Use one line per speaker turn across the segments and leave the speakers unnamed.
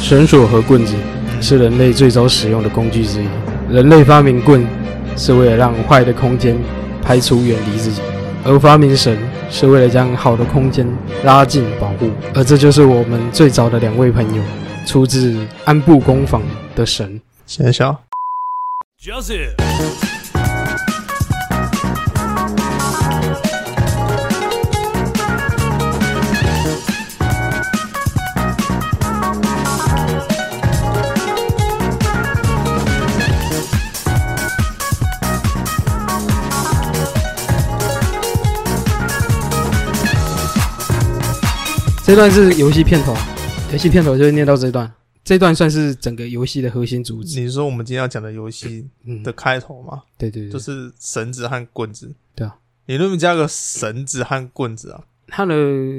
绳索和棍子是人类最早使用的工具之一。人类发明棍是为了让坏的空间排除远离自己，而发明绳是为了将好的空间拉近保护。而这就是我们最早的两位朋友，出自安部公房的神。
先笑。
Joseph，
这段是游戏片头，游戏片头就会念到这段，这段算是整个游戏的核心主旨。
你是说我们今天要讲的游戏
嗯，
的开头吗？
对对对，
就是绳子和棍子。
嗯对啊，
你论文加个绳子和棍子啊，
他的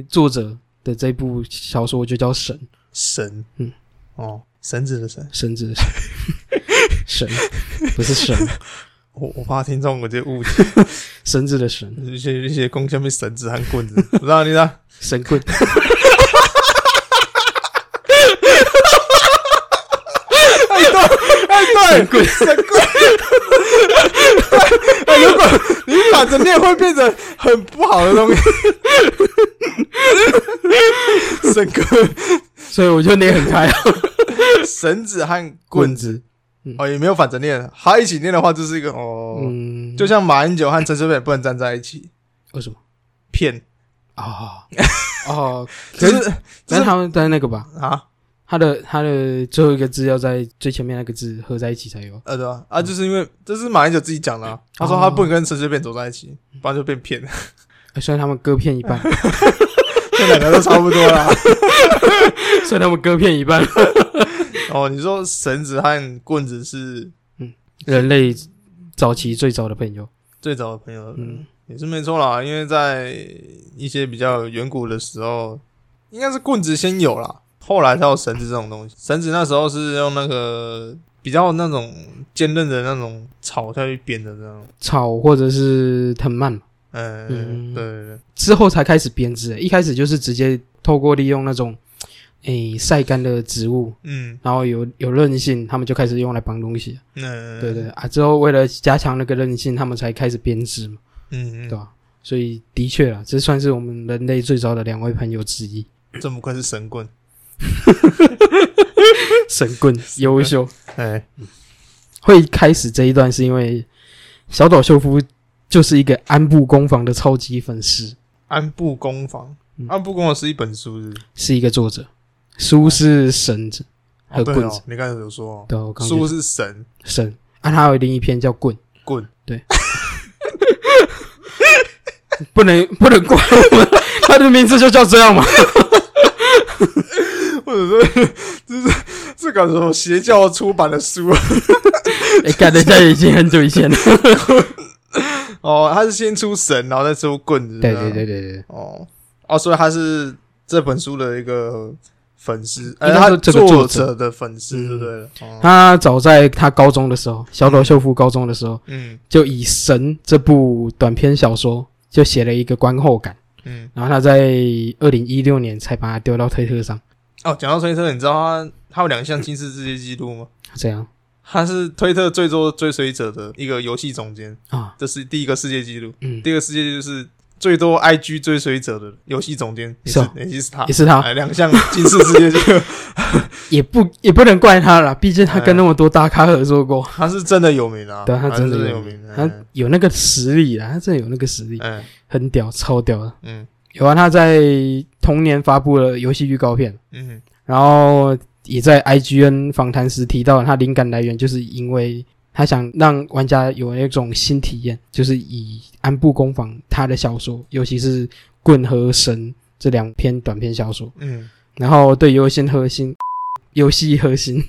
作者的这部小说就叫神《
绳。
嗯，
哦，绳子的绳。
神之神》， 神不是神，
我我怕听众我就误解，
绳子的神，
一些一些公下面绳子和棍子，不知道你呢？
神棍。
对，棍神 棍。对，哎如果你反着念会变成很不好的东西。神棍、
所以我就念很开 啊。
绳子和棍子，
子，
哦，也没有反着念，它一起念的话就是一个哦，
嗯，
就像马英九和陈水扁不能站在一起，
为什么
骗，
啊？哦，
只
可是
是
但是他们在那个吧，
啊，
他的他的最后一个字要在最前面那个字合在一起才有。
呃，对啊，啊，就是因为这是马英九自己讲的、啊，他说他不能跟陈水扁走在一起，不然就变 骗，
哎虽然他们割片一 半，
这两个都差不多啦。
虽然他们割片一半，
哦，你说绳子和棍子是
人类早期最早的朋友。
最早的朋友，
嗯
也是没错啦，因为在一些比较远古的时候，应该是棍子先有啦，后来才有绳子这种东西。绳子那时候是用那个比较那种坚韧的那种草下去编的这种，
草或者是藤蔓嘛
呃
嗯
对对对，
之后才开始编织，一开始就是直接透过利用那种诶晒干的植物，
嗯，
然后有有韧性，他们就开始用来绑东西。
嗯，
对对啊，之后为了加强那个韧性，他们才开始编织嘛。
嗯，嗯
对吧、啊所以的确啊，这算是我们人类最早的两位朋友之一，
这不愧是神棍，
神棍，优秀。
哎，
会开始这一段是因为小岛秀夫就是一个安部公房的超级粉丝，
安部公房
嗯，
安部公房是一本书是不是，
是一个作者，书是绳子和
哦，对
棍
哦
子，，
你刚才有说
对，我
哦，
刚
书
说
是神
绳，啊，他有另一篇叫棍，
棍，
不能不能怪我们，他的名字就叫这样嘛，
或者说这是这个什么邪教出版的书啊
哎，干人家已经很久以前了，
哦，他是先出神，然后再出棍 子。
对啊对对，对对，
哦哦，所以他是这本书的一个粉丝，呃，
应该
他
说这个
作
作者
者的粉丝，
嗯
对不对？哦
他早在他高中的时候，小岛秀夫高中的时候，
嗯
就以《神》这部短篇小说就写了一个观后感，
嗯，
然后他在二零一六年才把它丢到推特上。
哦，讲到推特，你知道他他有两项金世世界纪录吗？
这样
他是推特最多追随者的一个游戏总监，
啊，
这是第一个世界纪录。
嗯，
第二个世界纪录是最多 IG 追随者的游戏总监，也
是
是
哦
也是他
也。是他，
哎，两项金世世界纪 录，
也不也不能怪他啦，毕竟他
哎
跟那么多大咖合作过，
他是真的有名啊！
对他真
的
的
有
有
名，
他有那个实力啊啦，他真的有那个实力，
嗯
很屌，超屌的。
嗯
有啊，他在同年发布了游戏预告片，
嗯，
然后也在 IGN 访谈时提到，他灵感来源就是因为他想让玩家有那种新体验，就是以安部公房他的小说，尤其是《棍》和《神》这两篇短篇小说，
嗯
然后对游戏核心、 游戏核心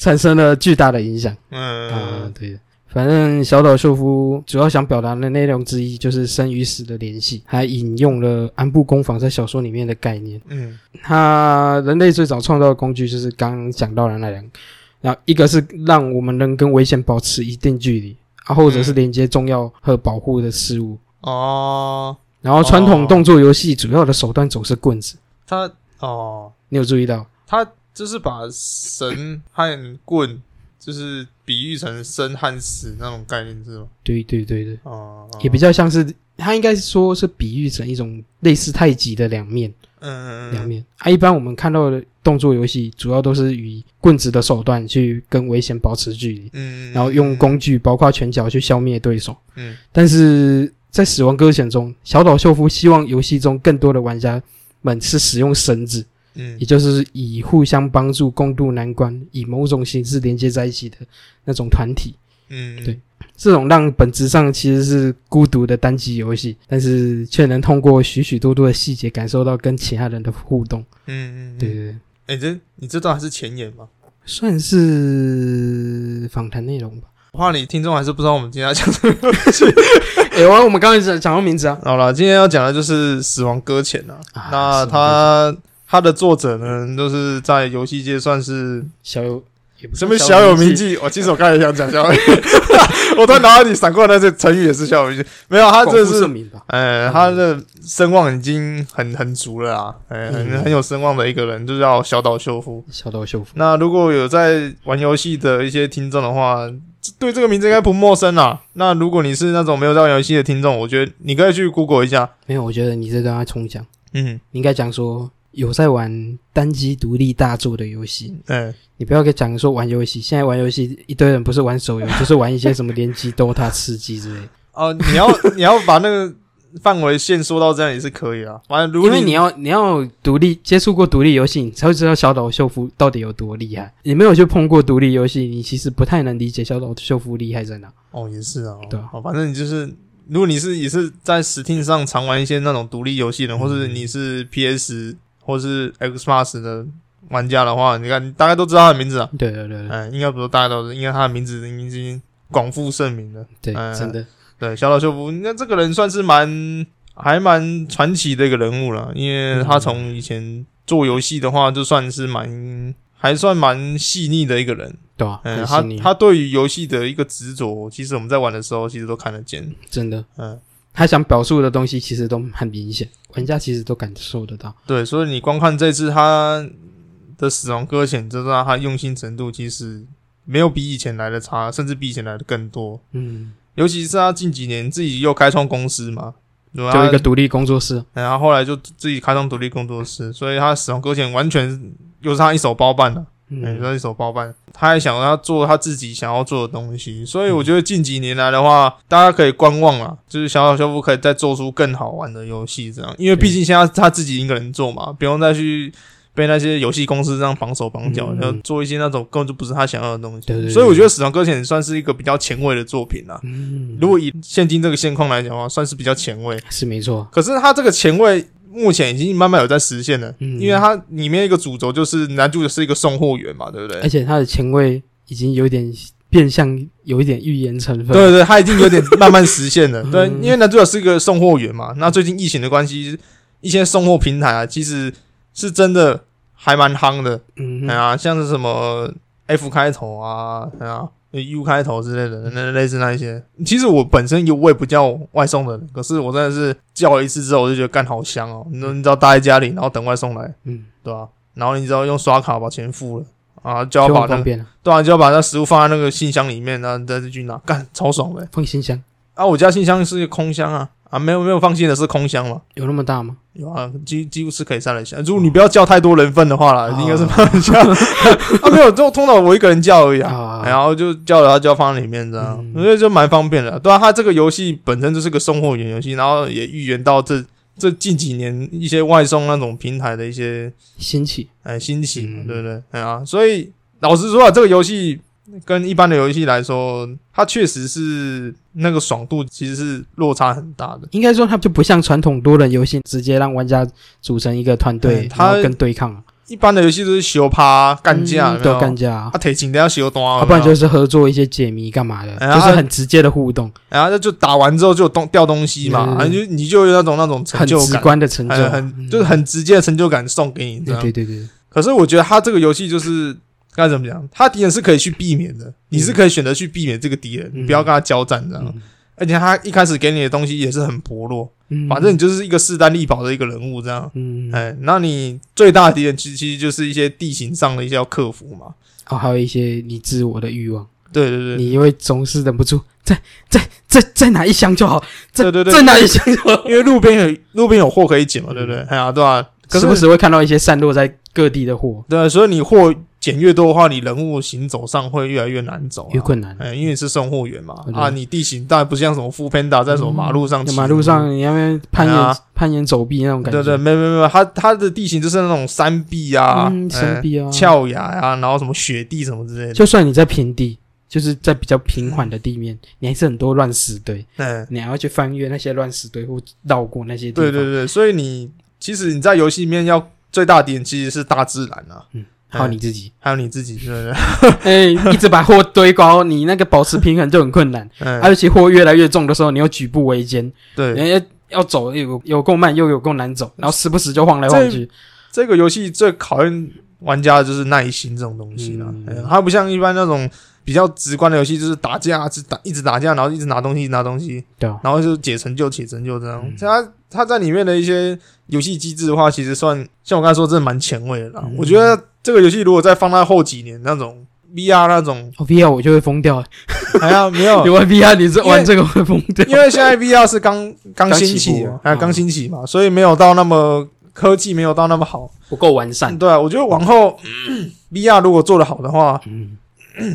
产生了巨大的影响。啊、
嗯
对的。反正小岛秀夫主要想表达的内容之一就是生与死的联系，还引用了安部公房在小说里面的概念。
嗯
他人类最早创造的工具就是刚刚讲到的那两个，然后一个是让我们能跟危险保持一定距离，啊，或者是
嗯
连接重要和保护的事物。
哦，
然后传
哦
统动作游戏主要的手段总是棍子，
他哦，
你有注意到？
他就是把神和棍就是比喻成生和死那种概念是吗？
对对对对，
哦、
也比较像是它应该是说是比喻成一种类似太极的两面，
嗯
两面。啊，一般我们看到的动作游戏主要都是以棍子的手段去跟危险保持距离，
嗯，
然后用工具包括拳脚去消灭对手。
嗯
但是在《死亡搁浅》中，小岛秀夫希望游戏中更多的玩家们是使用绳子，
嗯
也就是以互相帮助共度难关，以某种形式连接在一起的那种团体。
嗯，
对这种让本质上其实是孤独的单机游戏，但是却能通过许许多多的细节感受到跟其他人的互动。
嗯嗯，
对，对对，
哎、这你这段还是前言吗？
算是访谈内容吧。
我怕你听众还是不知道我们今天要讲什么。
哎、我我们刚才讲讲到名字啊，
好了，今天要讲的就是《死亡搁浅》啊。
啊
那
死亡搁
他他的作者呢，都是在游戏界算是
小有也不是
什么小有名
气，
气。我其实我刚才也想讲小有， 我突然脑海里闪过那些成语也是小有名气。没有，他
广
这
负盛
是
名吧？
呃，他的声望已经很很足了啊，呃，很
嗯
很有声望的一个人，就叫小岛秀夫。
小岛秀夫，
那如果有在玩游戏的一些听众的话，对这个名字应该不陌生啦。那如果你是那种没有在玩游戏的听众，我觉得你可以去 Google 一下。
没有，我觉得你这段要重讲，
嗯，
你应该讲说有在玩单机独立大作的游戏，
哎、
你不要给讲说玩游戏。现在玩游戏一堆人不是玩手游，就是玩一些什么联机、DOTA、吃鸡之类的，
哦、你要你要把那个范围限缩到这样也是可以啊。反正如果
因为你要你要独立接触过独立游戏，你才会知道小岛秀夫到底有多厉害。你没有去碰过独立游戏，你其实不太能理解小岛秀夫厉害在哪。
哦也是啊，
对啊
好，反正你就是。如果你是也是在 Steam 上常玩一些那种独立游戏的，或是
嗯
你是 PS 或是 Xbox 的玩家的话，你看你大概都知道他的名字啊。
对对对对
嗯，应该不是大家都是，应该他的名字已经广负盛名了。
对，
嗯
真的
对，小岛秀夫，那这个人算是蛮还蛮传奇的一个人物了，因为
嗯
他从以前做游戏的话，就算是蛮还算蛮细腻的一个人。
对啊，
嗯，
很
他
细腻，
他对于游戏的一个执着，其实我们在玩的时候，其实都看得见。
真的
嗯，
他想表述的东西其实都很明显，玩家其实都感受得到。
对，所以你光看这次他的《死亡搁浅》，就知道他用心程度其实没有比以前来的差，甚至比以前来的更多。
嗯，
尤其是他近几年自己又开创公司嘛，就
就一个独立工作室，
然后后来就自己开创独立工作室，所以他《死亡搁浅》完全又是他一手包办的，嗯，
嗯，
他一手包办，他还想要做他自己想要做的东西，所以我觉得近几年来的话，大家可以观望啊，就是小岛修复可以再做出更好玩的游戏，这样，因为毕竟现
嗯
在他自己一个人做嘛，不用再去。被那些游戏公司这样绑手绑脚，
嗯
然后做一些那种根本就不是他想要的东西，
对对对
所以我觉得《死亡搁浅》算是一个比较前卫的作品啦。
嗯
如果以现今这个现况来讲的话，算是比较前卫。
是没错，
可是他这个前卫目前已经慢慢有在实现了，
嗯
因为他里面一个主轴就是男主角是一个送货员嘛，对不对？
而且他的前卫已经有点变相，有一点预言成分。
对对，对他已经有点慢慢实现 了。
嗯
对，因为男主角是一个送货员嘛，那最近疫情的关系，一些送货平台啊，其实是真的还蛮夯的。
嗯
哎
哼，
呀，像是什么 F 开头啊，哎呀 U 开头之类的，那类似那一些。其实我本身有我也不叫外送的人，可是我真的是叫了一次之后，我就觉得干好香哦。你知道你知道待在家里，然后等外送来，
嗯，
对吧、然后你只要用刷卡把钱付了啊，就要
就
把
很
那
方
个
便了，
对啊，就要把那食物放在那个信箱里面，然后你再去拿，干超爽的、
放心箱
啊，我家信箱是一个空箱啊，啊，没有没有放心的是空箱嘛。
有那么大吗？
有啊，几几乎是可以塞得下。如果你不要叫太多人份的话啦，
哦
应该是放得下。 啊，没有，就通常我一个人叫而已啊。
啊，
然后就叫了，他就要放在里面这样，
嗯
我觉得就蛮方便的。对啊，它这个游戏本身就是个送货员游戏，然后也预言到这这近几年一些外送那种平台的一些
兴起，
哎兴起嘛，
嗯
对不对？哎啊，所以老实说啊，这个游戏跟一般的游戏来说，它确实是那个爽度其实是落差很大的。
应该说它就不像传统多人游戏，直接让玩家组成一个团队
嗯，它
然后跟对抗了，
一般的游戏都是修趴干架，有没有
对干架啊
啊，，提琴都要修单，
要
啊
不然就是合作一些解谜干嘛的，
哎呀
就是很直接的互动，
然后就打完之后就有东掉东西嘛，
嗯
啊，你就你就有那种那种成
很
就
直
感，哎
观的成就嗯
很，很就是很直接的成就感送给你这
对
样
对。对对，
可是我觉得他这个游戏就是该怎么讲，他敌人是可以去避免的，你是可以选择去避免这个敌人，
嗯
你不要跟他交战这样。
嗯
而且他一开始给你的东西也是很薄弱，
嗯，
反正你就是一个势单力薄的一个人物这样。
嗯，
哎、那你最大的敌人其其实就是一些地形上的一些要克服嘛。
哦，还有一些你自我的欲望，
对对对，
你因为总是忍不住再再再再拿一箱就好，再
对对对
再拿一箱就好，
因为路边有路边有货可以捡嘛，对不对？哎呀、对吧、 可
嗯时不
是
时会看到一些散落在各地的货，
对，啊所以你货捡越多的话，你人物行走上会越来越难走、啊，
越困难。
哎、因为你是送货员嘛，
对嗯
啊，你地形当然不像什么富 panda 在什么马路上骑、
马路上你要不要攀
哎呀
岩攀岩走壁那种感
对
觉，
对，没有没有没有，它它的地形就是那种山壁啊、
嗯，山壁啊
哎、，峭崖啊，然后什么雪地什么之类的。
就算你在平地，就是在比较平缓的地面，你还是很多乱石堆，
嗯，
你还要去翻越那些乱石堆或绕过那些地
对
方。
对对，所以你其实你在游戏里面要最大的点其实是大自然啊，
还有你自己，
还有你自己，对 不对？
哎，一直把货堆高，你那个保持平衡就很困难。
嗯，
而且货越来越重的时候，你又举步维艰，
对，
人家要走有有够慢，又有够难走，然后时不时就晃来晃去。
这个游戏最考验玩家的就是耐心这种东西了、
嗯
嗯它不像一般那种比较直观的游戏，就是打架，只打一直打架，然后一直拿东西，一直拿东西，
对啊，
然后就解成就解成就这样。
嗯
它它在里面的一些游戏机制的话，其实算像我刚才说，真的蛮前卫的啦。
嗯，
我觉得这个游戏如果再放到后几年那种 VR 那种
哦 VR 我就会疯掉，
哎呀没有
你，玩 VR 你是
因为
玩这个会疯掉。
因为现在 VR 是刚刚
刚
兴
起
起
步啊，
啊
嗯
刚兴起嘛，所以没有到那么科技没有到那么好。
不够完善。
对啊，我觉得往后 VR 如果做得好的话，
嗯，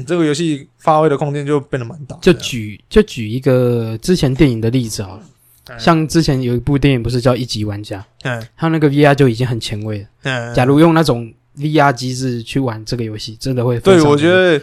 这个游戏发挥的空间就变得蛮大的。
就举就举一个之前电影的例子好了，
嗯
像之前有一部电影不是叫《一级玩家》，
嗯
他那个 VR 就已经很前卫了。
嗯，
假如用那种 VR 机制去玩这个游戏，真的会非
对，
常
我觉得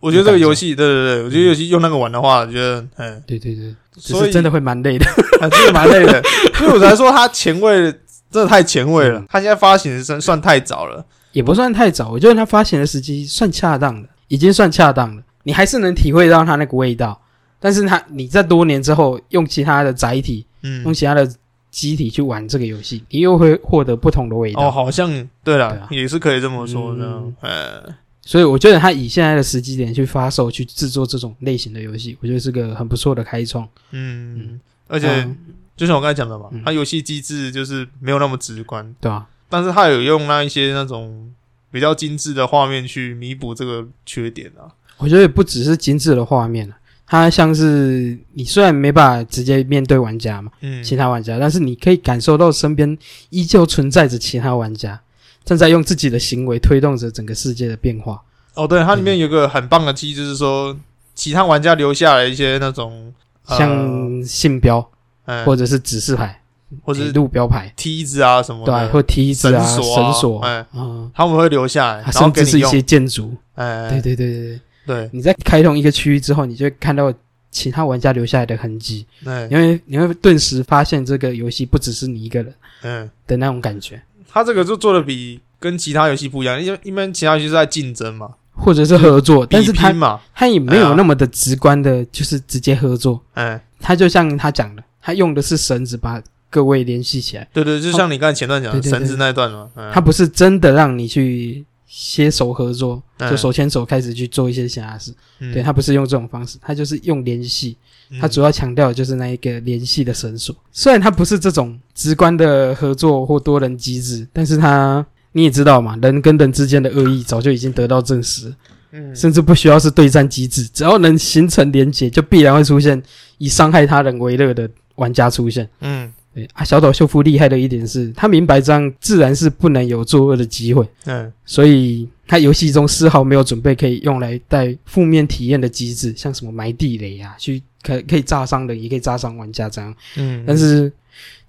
我觉得这个游戏，对对对，我觉得游戏用那个玩的话，我觉得嗯。
对对对，嗯只
所以
是真的会 蛮累的。
啊，这个蛮累的， 所以我才说他前卫真的太前卫了
嗯。
他现在发行算算太早了，
也不算太早，我觉得它发行的时机算恰当的，已经算恰当了。你还是能体会到它那个味道，但是它你在多年之后用其他的载体、
嗯
用，其他的机体去玩这个游戏，你又会获得不同的味道。
哦，好像对
对啊
了，也是可以这么说
嗯
的，呃，
所以我觉得它以现在的时机点去发售、去制作这种类型的游戏，我觉得是个很不错的开创。
嗯
嗯，
而且
嗯
就像我刚才讲的嘛
嗯，
它游戏机制就是没有那么直观，
对啊，
但是它有用那一些那种比较精致的画面去弥补这个缺点啊。
我觉得不只是精致的画面了，它像是你虽然没办法直接面对玩家嘛。
嗯，
其他玩家，但是你可以感受到身边依旧存在着其他玩家，正在用自己的行为推动着整个世界的变化。
哦，对，它里面有个很棒的机制，就是说
嗯
其他玩家留下来一些那种呃
像信标
嗯
或者是指示牌，
或者
诶
是
路标牌，
梯子啊什么
对啊、
的，
或梯子啊、
绳
绳
索啊
索啊，
哎
嗯，
他们会留下来，
啊
然后
甚
给
至是
你
一
用
些。建筑。
哎，
对对对对对，
对
你在开通一个区域之后，你就会看到其他玩家留下来的痕迹，
对，哎
因为你会顿时发现这个游戏不只是你一个人
嗯，
的那种感觉，
他这个就做的比跟其他游戏不一样，因为一般其他游戏是在竞争嘛，
或者是合作，但是
比
它
拼嘛，
它也没
哎呀
有那么的直观的，就是直接合作。
哎，
他就像他讲的，他用的是绳子把各位联系起来，
对对，就像你刚才前段讲的
对对对
绳子那一段嘛，嗯
他不是真的让你去携手合作，
嗯
就手牵手开始去做一些其他事。
嗯
对他不是用这种方式，他就是用联系，
嗯
他主要强调的就是那一个联系的绳索。虽然他不是这种直观的合作或多人机制，但是他。你也知道嘛，人跟人之间的恶意早就已经得到证实，
嗯
甚至不需要是对战机制，只要能形成连结，就必然会出现以伤害他人为乐的玩家出现。
嗯
对啊，小岛秀夫厉害的一点是，他明白这样自然是不能有作恶的机会，
嗯
所以他游戏中丝毫没有准备可以用来带负面体验的机制，像什么埋地雷啊，去可可以炸伤人，也可以炸伤玩家这样。
嗯，
但是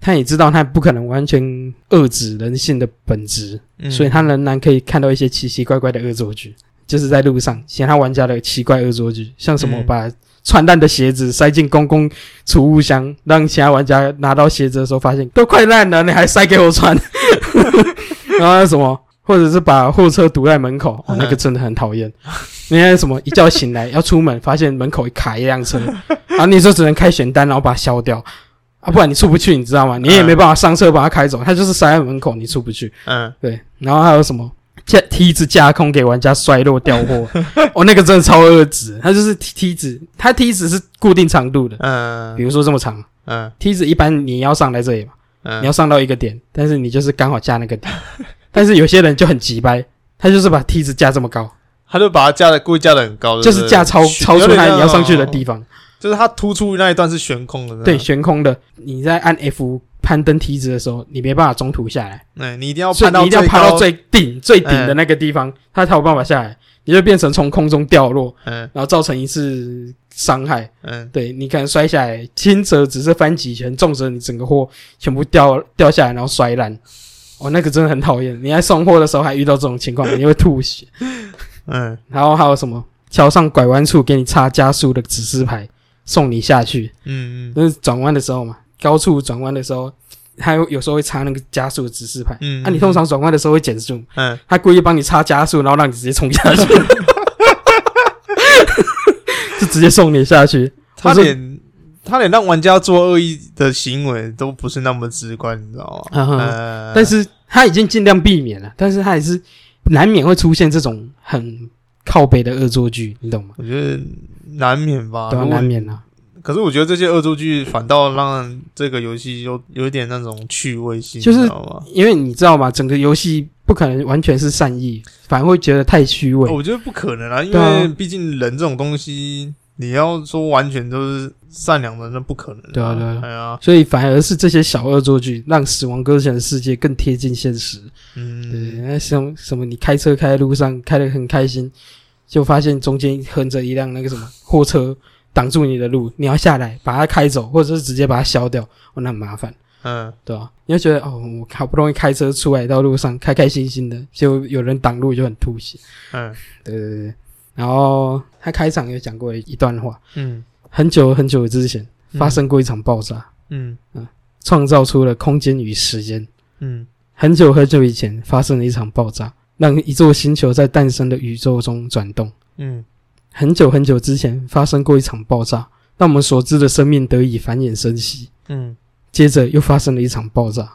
他也知道他不可能完全遏制人性的本质，
嗯
所以他仍然可以看到一些奇奇怪怪的恶作剧，就是在路上其他玩家的奇怪恶作剧，像什么
嗯
把穿烂的鞋子塞进公共储物箱，让其他玩家拿到鞋子的时候发现都快烂了，你还塞给我 穿，然后什么。或者是把货车堵在门口，
嗯
哦、那个真的很讨厌。你看什么一觉醒来要出门，发现门口卡一辆车，然后你就只能开选单，然后把它消掉啊，不然你出不去，你知道吗？你也没办法上车把它开走，它就是塞在门口，你出不去。
嗯
对，然后还有什么架梯子架空给玩家摔落掉货， 哦，那个真的超恶质，它就是梯梯子，它梯子是固定长度的，
嗯
比如说这么长，
嗯
梯子一般你要上来这里嘛，
嗯，
你要上到一个点，但是你就是刚好架那个点。 但是有些人就很急掰，他就是把梯子架这么高，
他就把它架的故意架的很高，对不
就
对
是架超超出他你要上去的地，
有点那种
方，
哦就是它突出那一段是悬空的。
对，，悬空的。你在按 F 攀登梯子的时候，你没办法中途下来，
哎，你一定要
所以你
攀到
一定要爬哦到
高，
最嗯顶最顶的那个地方，他才有办法下来，你就变成从空中掉落，
嗯
然后造成一次伤害。
嗯
对你可能摔下来，轻则只是翻几拳，重则你整个货全部掉掉下来，然后摔烂。哦，那个真的很讨厌。你在送货的时候还遇到这种情况，你会吐血。
嗯，
然后还有什么？桥上拐弯处给你插加速的指示牌，送你下去。
嗯嗯
那是转弯的时候嘛，高处转弯的时候，它有时候会插那个加速的指示牌。
嗯
啊，你通常转弯的时候会减速，
嗯，
他故意帮你插加速，然后让你直接冲下去， 就直接送你下去。
他
我说
连他连让玩家做恶意的行为都不是那么直观，你知道吗？
嗯哼
呃
但是他已经尽量避免了，但是他还是难免会出现这种很靠北的恶作剧，你懂吗？
我觉得难免吧，
对啊，
如果
难免啊。
可是我觉得这些恶作剧反倒让这个游戏有有一点那种趣味性，
就是
你知道吗？
因为你知道吗？整个游戏不可能完全是善意，反而会觉得太虚伪。
我觉得不可能啊，因
对啊
为毕竟人这种东西，你要说完全都是善良的，那不可能、
对啊对
对
啊
哎呀，
所以反而是这些小恶作剧，让死亡搁浅的世界更贴近现实。对，
嗯，
那像什么，你开车开在路上，开得很开心，就发现中间横着一辆那个什么货车挡住你的路，你要下来把它开走，或者是直接把它消掉，哦，那很麻烦。
嗯，
对吧、你会觉得哦，我好不容易开车出来到路上，开开心心的，就有人挡路就很吐血。
嗯，
对对对。然后他开场有讲过一段话，
嗯，
很久很久之前发生过一场爆炸，
嗯，
创造出了空间与时间。
嗯，
很久很久以前发生了一场爆炸，让一座星球在诞生的宇宙中转动。
嗯，
很久很久之前发生过一场爆炸，让我们所知的生命得以繁衍生息。
嗯，
接着又发生了一场爆炸，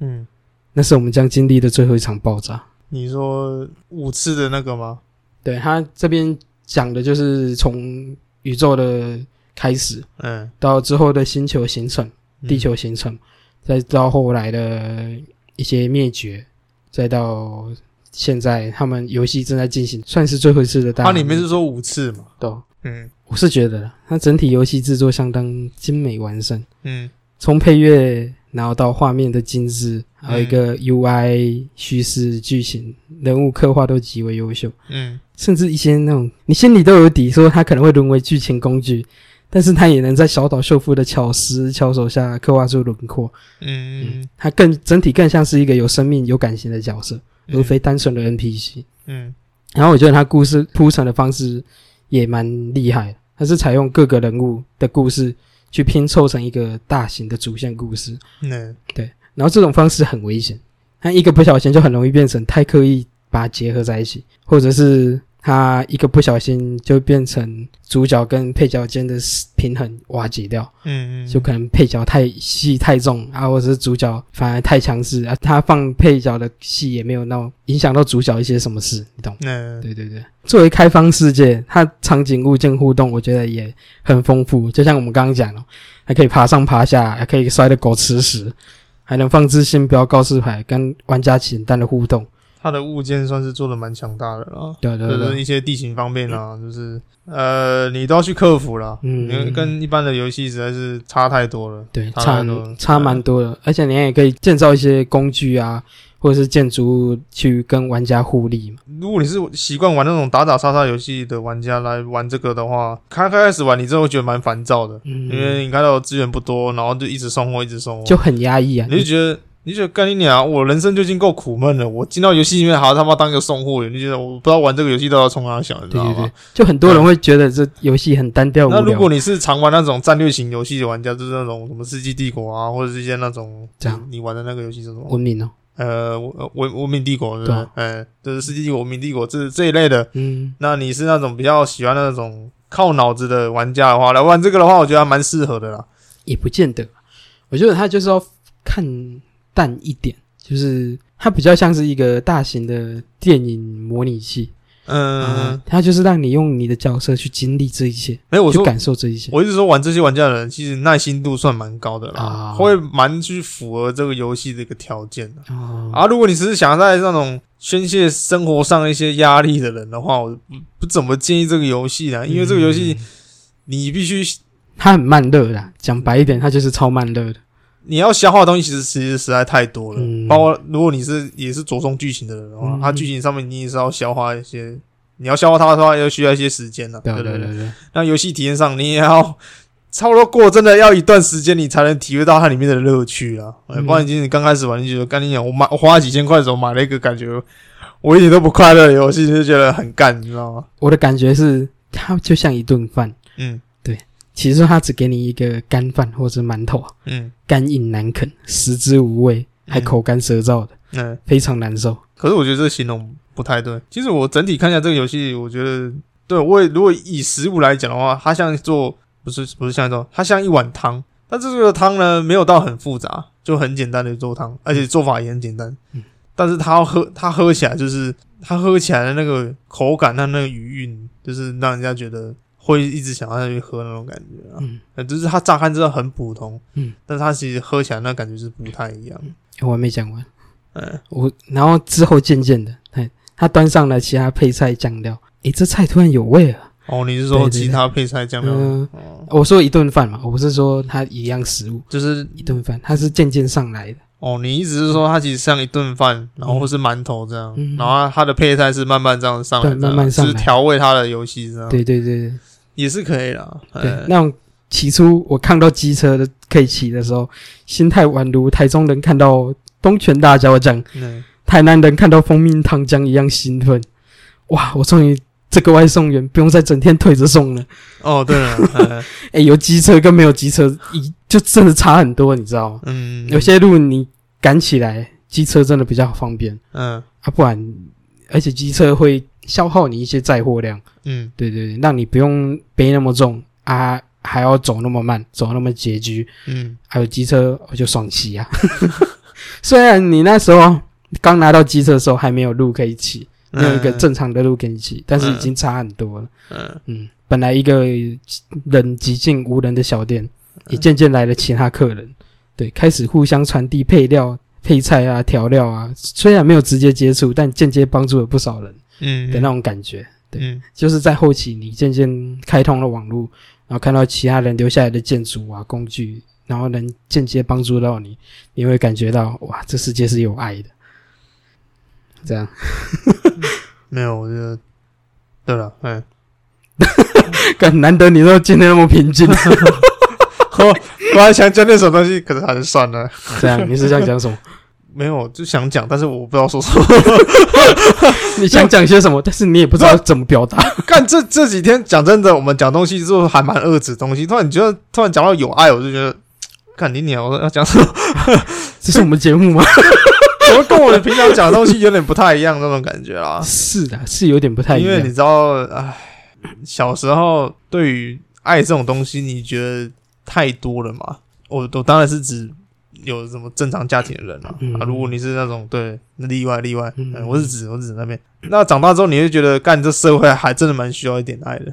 嗯，
那是我们将经历的最后一场爆炸。
你说五次的那个吗？
对他这边讲的就是从宇宙的开始
嗯，
到之后的星球形成、
嗯
地，球形成，再到后来的一些灭绝，再到现在他们游戏正在进行，算是最后一次的大
它
航
里
海。
啊面是说五次嘛？
对哦，
嗯，
我是觉得它整体游戏制作相当精美完善，
嗯，
从配乐。然后到画面的精致，还有一个
嗯
UI 叙事、剧情、人物刻画都极为优秀。
嗯，
甚至一些那种你心里都有底，说它可能会沦为剧情工具，但是它也能在小岛秀夫的巧思巧手下刻画出轮廓。
嗯，嗯，
它更整体更像是一个有生命、有感情的角色，而非单纯的 NPC。
嗯，
然后我觉得它故事铺陈的方式也蛮厉害的，它是采用各个人物的故事去拼凑成一个大型的主线故事。
嗯，嗯，
对，然后这种方式很危险，他一个不小心就很容易变成太刻意把它结合在一起，或者是他一个不小心就变成主角跟配角间的平衡瓦解掉，
嗯，
就可能配角太戏太重啊，或者是主角反而太强势啊，他放配角的戏也没有那影响到主角一些什么事，你懂？
嗯，
对对对，作为开放世界，它场景物件互动，我觉得也很丰富。就像我们刚刚讲了，还可以爬上爬下，还可以摔得狗吃屎，还能放置信标告示牌，跟玩家简单的互动。
它的物件算是做的蛮强大的了。
对啊对
就是
对，
一些地形方面啊，就是呃，你都要去克服啦。
嗯
因为跟一般的游戏实在是差太多了。
对，
差
差
蛮多的
差蛮多的。而且你也可以建造一些工具啊，或者是建筑物去跟玩家互利嘛。
如果你是习惯玩那种打打杀杀游戏的玩家来玩这个的话，刚开始玩你真的会觉得蛮烦躁的，
嗯，
因为你看到资源不多，然后就一直送货，一直送货，
就很压抑啊。
你就觉得。你就觉得干你娘！我人生就已经够苦闷了，我进到游戏里面还要他妈当一个送货员，你就觉得我不知道玩这个游戏都要冲哪小，你知
对
道
对
吗？
对，就很多人会觉得这游戏很单调无
那如
聊
果。你是常玩那种战略型游戏的玩家，就是那种什么《世纪帝国》啊，或者是一些那种
这样
你玩的那个游戏是什么？
文明哦，
呃，文文文明帝国，对不
对
对
啊？
嗯，就是《世纪帝国》、《文明帝国》这这一类的。
嗯，
那你是那种比较喜欢那种靠脑子的玩家的话，来玩这个的话，我觉得还蛮适合的啦。
也不见得。我觉得它就是要看淡一点，就是它比较像是一个大型的电影模拟器，啊
嗯，
它就是让你用你的角色去经历这一切，
没有我
去
说
感受这一切。
我一直说玩这些玩家的人，其实耐心度算蛮高的啦，
啊
会蛮去符合这个游戏的一个条件的。
哦，
啊，如果你只是想在那种宣泄生活上一些压力的人的话，我不不怎么建议这个游戏
嗯
啦，因为这个游戏你必须
它很慢热啦，讲白一点，它就是超慢热的。
你要消化的东西，其实其实实在太多了。
嗯
包括如果你是也是着重剧情的人的话，
嗯
它剧情上面你也是要消化一些，你要消化它的话，要需要一些时间了、
对
对
对
不
对啊对，
那游戏体验上，你也要差不多过真的要一段时间，你才能体会到它里面的乐趣啊。哎
嗯
不然你你刚开始玩，你就觉得干你讲，我买我花几千块的时候买了一个感觉我一点都不快乐的游戏，就觉得很干，你知道吗？
我的感觉是，它就像一顿饭，
嗯
其实它只给你一个干饭或者馒头啊，
嗯
干硬难啃，食之无味，还口干舌燥的，
嗯。
非常难受。
可是我觉得这个形容不太对。其实我整体看一下这个游戏，我觉得对我也如果以食物来讲的话，它像做不是不是像做，它像一碗汤。但这个汤呢，没有到很复杂，就很简单的做汤，而且做法也很简单。
嗯
但是它喝它喝起来就是它喝起来的那个口感和那个余韵，就是让人家觉得会一直想要下去喝那种感觉啊。
嗯
呃就是它乍看真的很普通，
嗯，
但是它其实喝起来那感觉是不太一样的。
我还没讲完，
嗯，
我然后之后渐渐的，哎，他端上了其他配菜酱料，诶，这菜突然有味了。
哦，你
对
是说
对对
其他配菜酱料？
嗯
哦
我说一顿饭嘛，我不是说它一样食物，
就是
一顿饭，它是渐渐上来的。
哦，你意思是说它其实像一顿饭，然后或是馒头这样，
嗯
然后它的配菜是慢慢这样上来
对
这样，
慢慢上
就
来
是调味它的游戏这样，，
对对对对
也是可以啦。
对，
嗯哎
那种起初我看到机车的可以骑的时候，心态宛如台中人看到东泉辣椒酱，
嗯
台南人看到蜂蜜糖浆一样兴奋。哇，我终于这个外送员不用再整天推着送了。
哦，对了，哎
哎，有机车跟没有机车一就真的差很多，你知道吗？
嗯，
有些路你赶起来，机车真的比较方便。
嗯
啊，不然而且机车会消耗你一些载货量，
嗯
对对对，让你不用背那么重啊，还要走那么慢，走那么拮据，
嗯
还有机车我就爽骑啊。 虽然你那时候刚拿到机车的时候还没有路可以骑，没有一个
嗯
正常的路给你骑，但是已
嗯
经差很多了。
嗯
嗯，本来一个人极尽无人的小店，也渐渐来了其他客人，对，开始互相传递配料、配菜啊、调料啊。虽然没有直接接触，但间接帮助了不少人
嗯
的那种感觉。对
嗯
就是在后期，你渐渐开通了网络，然后看到其他人留下来的建筑啊、工具，然后能间接帮助到你，你会感觉到哇，这世界是有爱的。这样，
没有，我觉得对了，哎，
干难得你都今天那么平静。
我我还想讲点什么东西，可是还是算了，
这样，啊你是想讲什 么？
没有，就想讲，但是我不知道说什么。
你想讲些什么？但是你也不知道怎么表达。
干这这几天讲真的，我们讲东西就还蛮遏制东西，突然你觉得突然讲到有爱，我就觉得，干你鸟，我要讲什么？
这是我们节目吗？？
怎么跟我们平常讲的东西有点不太一样那种感觉 啦
是的，是有点不太一
啊因为你
样。
知道，唉，小时候对于爱这种东西，你觉得太多了嘛？我我当然是指有什么正常家庭的人啊。
嗯
啊如果你是那种对那例外例外，
嗯
嗯我是指我是指那边。那长大之后，你会觉得干这社会还真的蛮需要一点爱的。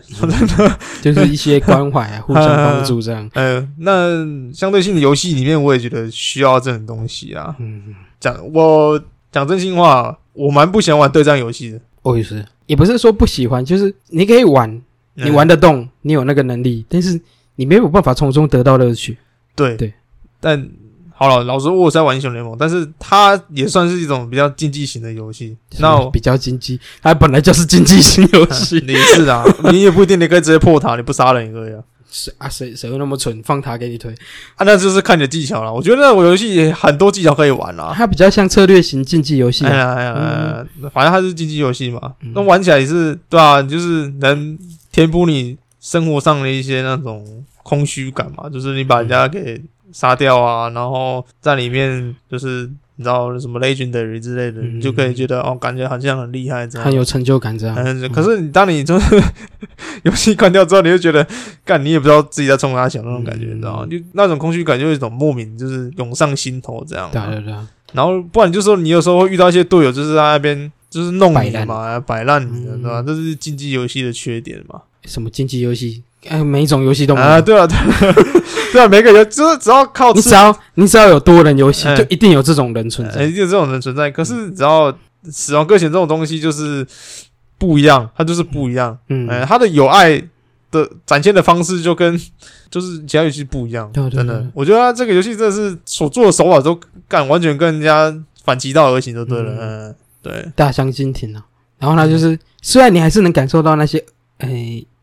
就是一些关怀啊，互 相帮助这样。
呃，那相对性的游戏里面，我也觉得需要这种东西啊。
嗯，
讲我讲真心话，我蛮不喜欢玩对战游戏的。
我也是，也不是说不喜欢，就是你可以玩，你
嗯
玩得动，你有那个能力，但是你没有办法从中得到乐趣。
对
对，
但好了，老实说，我有在玩英雄联盟，但是它也算是一种比较竞技型的游戏。那
就是
我
比较经济，它本来就是竞技型游 戏。
你是啊，你也不一定，你可以直接破塔，你不杀人也可以啊。
谁啊？谁谁会那么蠢，放塔给你推？
啊，那就是看你的技巧了。我觉得我游戏也很多技巧可以玩啦。
它比较像策略型竞技游戏
啊哎
啊。
呀哎呀，哎呀反正它是竞技游戏嘛
嗯，
那玩起来也是对啊，就是能填补你生活上的一些那种空虚感嘛，就是你把人
嗯
家给杀掉啊，然后在里面就是你知道什么 legendary 之类的，
嗯
你就可以觉得哦，感觉好像很厉害这
很
样。
有啊成就感，这样
嗯，可是你当你就是 游戏关掉之后，你就觉得，干你也不知道自己在冲哪小那种感觉，
嗯
你知道吗？就那种空虚感，就有一种莫名就是涌上心头这样啊。
对啊对啊对啊，
然后不然就说你有时候会遇到一些队友，就是在那边就是弄
摆
你
烂
嘛，摆烂你的，
嗯
对吧？这是竞技游戏的缺点嘛。
什么竞技游戏，哎，每一种游戏都没有。
啊，对啊，对啊， 对啊，每个游哦就是只要靠
你
吃
只要你只要有多人游戏，
哎
就一定有这种人存
呃
在。嗯
一定有这种人存在。可是只要死亡搁浅这种东西，就是不一样，它就是不一样。
嗯，
哎、他的友爱的展现的方式就跟就是其他游戏不一样，
对对
真
对
的。我觉得他这个游戏真的是所做的手法都敢完全跟人家反其道而行，就对了。嗯、对，
大相径庭啊。然后它就是，
嗯
虽然你还是能感受到那些哎、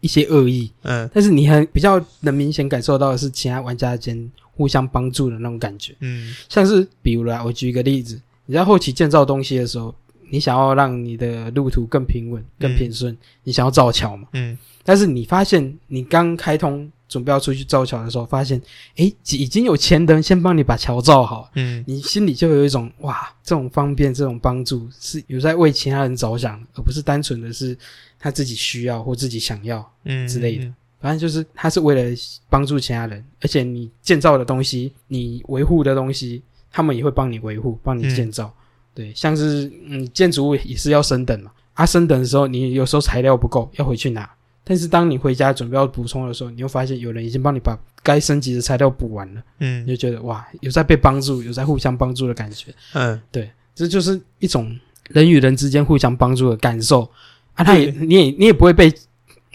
一些恶意，
嗯
但是你很比较能明显感受到的是其他玩家间互相帮助的那种感觉。
嗯
像是比如啦，我举一个例子，你在后期建造东西的时候，你想要让你的路途更平稳、更平顺，你想要造桥嘛？
嗯
但是你发现你刚开通准备要出去造桥的时候，发现诶已经有前人先帮你把桥造好了，
嗯
你心里就有一种哇，这种方便、这种帮助是有在为其他人着想，而不是单纯的是他自己需要或自己想要。
嗯
之类的。反正就是他是为了帮助其他人，而且你建造的东西，你维护的东西，他们也会帮你维护，帮你建造。对，像是嗯，建筑物也是要升等嘛。啊，升等的时候，你有时候材料不够，要回去拿。但是当你回家准备要补充的时候，你又发现有人已经帮你把该升级的材料补完了，
嗯
你就觉得哇，有在被帮助，有在互相帮助的感觉。
嗯
这就是一种人与人之间互相帮助的感受啊。他也，你也，你也不会被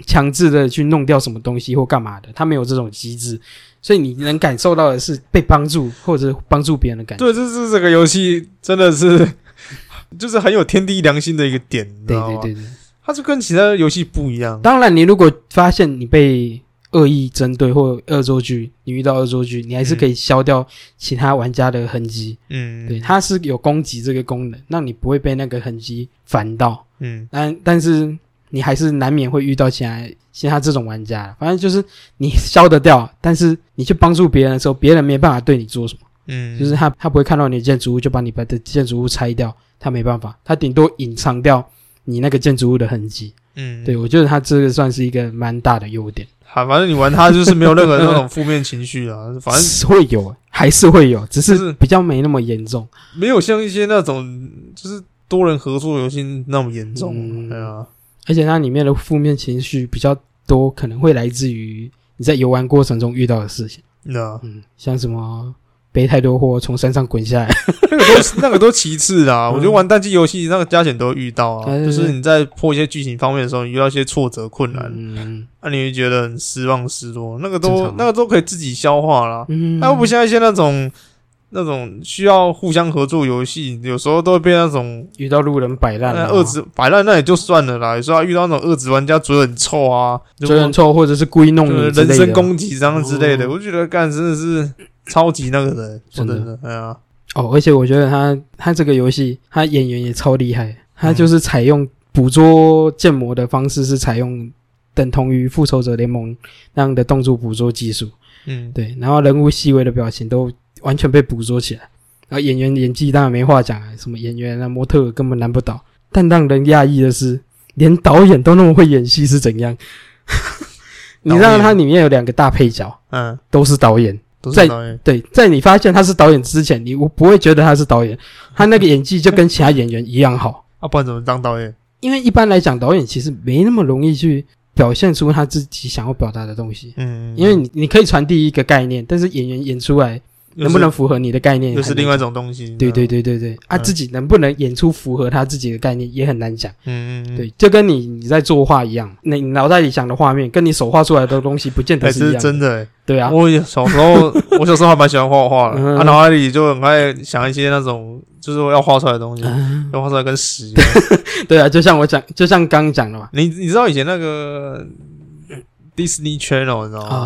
强制的去弄掉什么东西或干嘛的，他没有这种机制，所以你能感受到的是被帮助或者帮助别人的感觉。
对，这是这个游戏真的是 就是很有天地良心的一个点，你知
对
道吗？
对对对。
它就跟其他游戏不一样。
当然，你如果发现你被恶意针对或恶作剧，你遇到恶作剧，你还是可以消掉其他玩家的痕迹。
嗯，
对，，它是有攻击这个功能，让你不会被那个痕迹烦到。
嗯
但但是你还是难免会遇到其他其他这种玩家，反正就是你消得掉，但是你去帮助别人的时候，别人没办法对你做什么，
嗯，
就是他他不会看到你的建筑物就把你把的建筑物拆掉，他没办法，他顶多隐藏掉你那个建筑物的痕迹。
嗯，
对我觉得他这个算是一个蛮大的优点，
好，反正你玩它就是没有任何那种负面情 绪啊，反正
是会有还是会有，只
就是
是比较没那么严重。
没有像一些那种就是多人合作游戏那么严重、
嗯
对啊，
而且它里面的负面情绪比较多，可能会来自于你在游玩过程中遇到的事情。
那
嗯，像什么背太多货从山上滚下来，
那个都是那个都其次啦。
嗯
我觉得玩单机游戏那个加减都会遇到
对
啊，
对
就
对
是你在破一些剧情方面的时候，你遇到一些挫折困难，
嗯
那、啊你会觉得很失望失落，那个
正
都
常啊
那个都可以自己消化啦。
嗯
啊那、又不像一些那种。那种需要互相合作游戏，有时候都会被那种
遇到路人摆烂
呃
啊，
二职摆烂，那也就算了啦。有时候还遇到那种二职玩家嘴很臭啊，就
追人错或者是故意弄
就
你
是
之类
人
的
身攻击这样之类的，
哦
我觉得干真的是超级那个的，说
真的
真的，哎呀，
哦，而且我觉得他他这个游戏他演员也超厉害，
嗯
他就是采用捕捉建模的方式，是采用等同于复仇者联盟那样的动作捕捉技术，
嗯，
对，然后人物细微的表情都完全被捕捉起来，然后演员演技当然没话讲啊，什么演员啊模特儿根本难不倒，但让人讶异的是，连导演都那么会演戏是怎样？ 你知
导
道
演
它里面有两个大配角
嗯，
都是导演，
都
在
是导演，
对，在你发现他是导演之前，你我不会觉得他是导演，他那个演技就跟其他演员一样好，
啊，不然怎么当导演？
因为一般来讲，导演其实没那么容易去表现出他自己想要表达的东西。
嗯，
因为你你可以传递一个概念，但是演员演出来
又是
能不能符合你的概念，
又是另外一。种东西？
对对对对对，啊，
嗯
自己能不能演出符合他自己的概念也很难讲。
嗯，嗯嗯，
对，就跟你你在作画一样，那你脑袋里想的画面跟你手画出来的东西不见
哎，
得一
这是
样的。
真的
对
哎。
啊，
我也小时候， 我小时候还蛮喜欢画画的，
嗯
啊，脑海里就很爱想一些那种就是我要画出来的东西，
啊
要画出来跟屎 一样。
对啊，就像我讲，就像刚刚讲的嘛，
你你知道以前那个 Disney Channel 你知道吗？
啊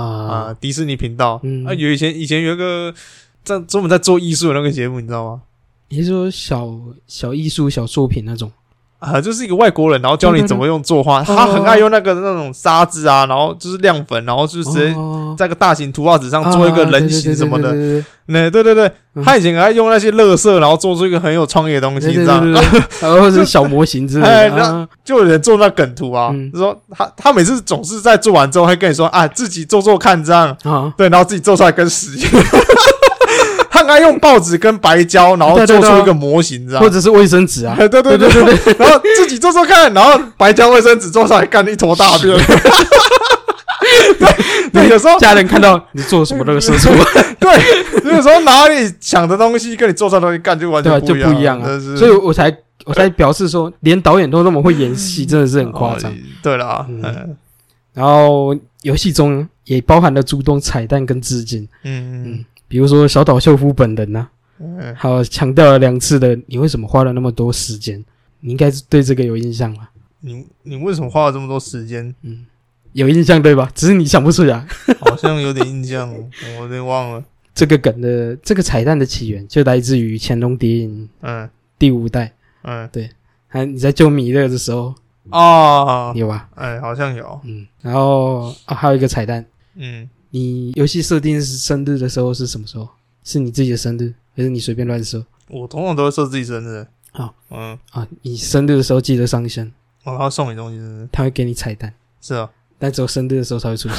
啊，迪士尼频道，
嗯
啊，有以前以前有一个在专门在做艺术的那个节目，你知道吗？
你是说小小艺术、小作品那种，
啊，就是一个外国人，然后教你怎么用作画，
对对对
他很爱用那个那种沙子啊，然后就是亮粉，然后就是直接
哦
在一个大型图画纸上做一个人形什么
啊
的。
对对
那哎对对对，
嗯
他以前很爱用那些乐色，然后做出一个很有创意的东
对
西，你
对对
知道吗
对对？对对， 然后或者是小模型之类
哎
的
那
啊，
就有人做那梗图啊，
嗯
就说他他每次总是在做完之后会跟你说啊，自己做做看这样，
啊，
对，然后自己做出来跟屎一样。 他很爱用报纸跟白胶，然后
对对
做
对啊
出一个模型，这样
或。者是卫生纸啊，
哎，对对对对对， 然后自己做做看，然后白胶卫生纸做上来干一坨大便。对对，有时候
家人看到你做什么那 个事出，
对，有时候哪里想的东西跟你做出来的东西干就完
对吧？
全
就
不
不一样啊，
真是
所以我才我才表示 说，连导演都那么会演戏，真的是很夸张
哦。对啦，
嗯
嗯
然后游戏中也包含了诸多彩蛋跟致敬，
嗯
比如说小岛秀夫本人呐、
嗯，
还有强调了两次的你为什么花了那么多时间，你应该是对这个有印象吧？
你你为什么花了这么多时间？
嗯，有印象对吧？只是你想不出来。
好像有点 印象，我有点忘了。
这个梗的这个彩蛋的起源就来自于《乾隆谍影》
嗯
第五代，
嗯
啊，你在救弥勒的时候
啊，
有吧？
哎，好像有，
嗯，然后、啊、还有一个彩蛋，
嗯，
你游戏设定是生日的时候是什么时候？是你自己的生日，还是你随便乱说
我通常都会设自己生日。
好，
嗯，
啊？你生日的时候记得上线，
我还要送你东西，是不是？
他会给你彩蛋。
是啊，
但只有生日的时候才会出现，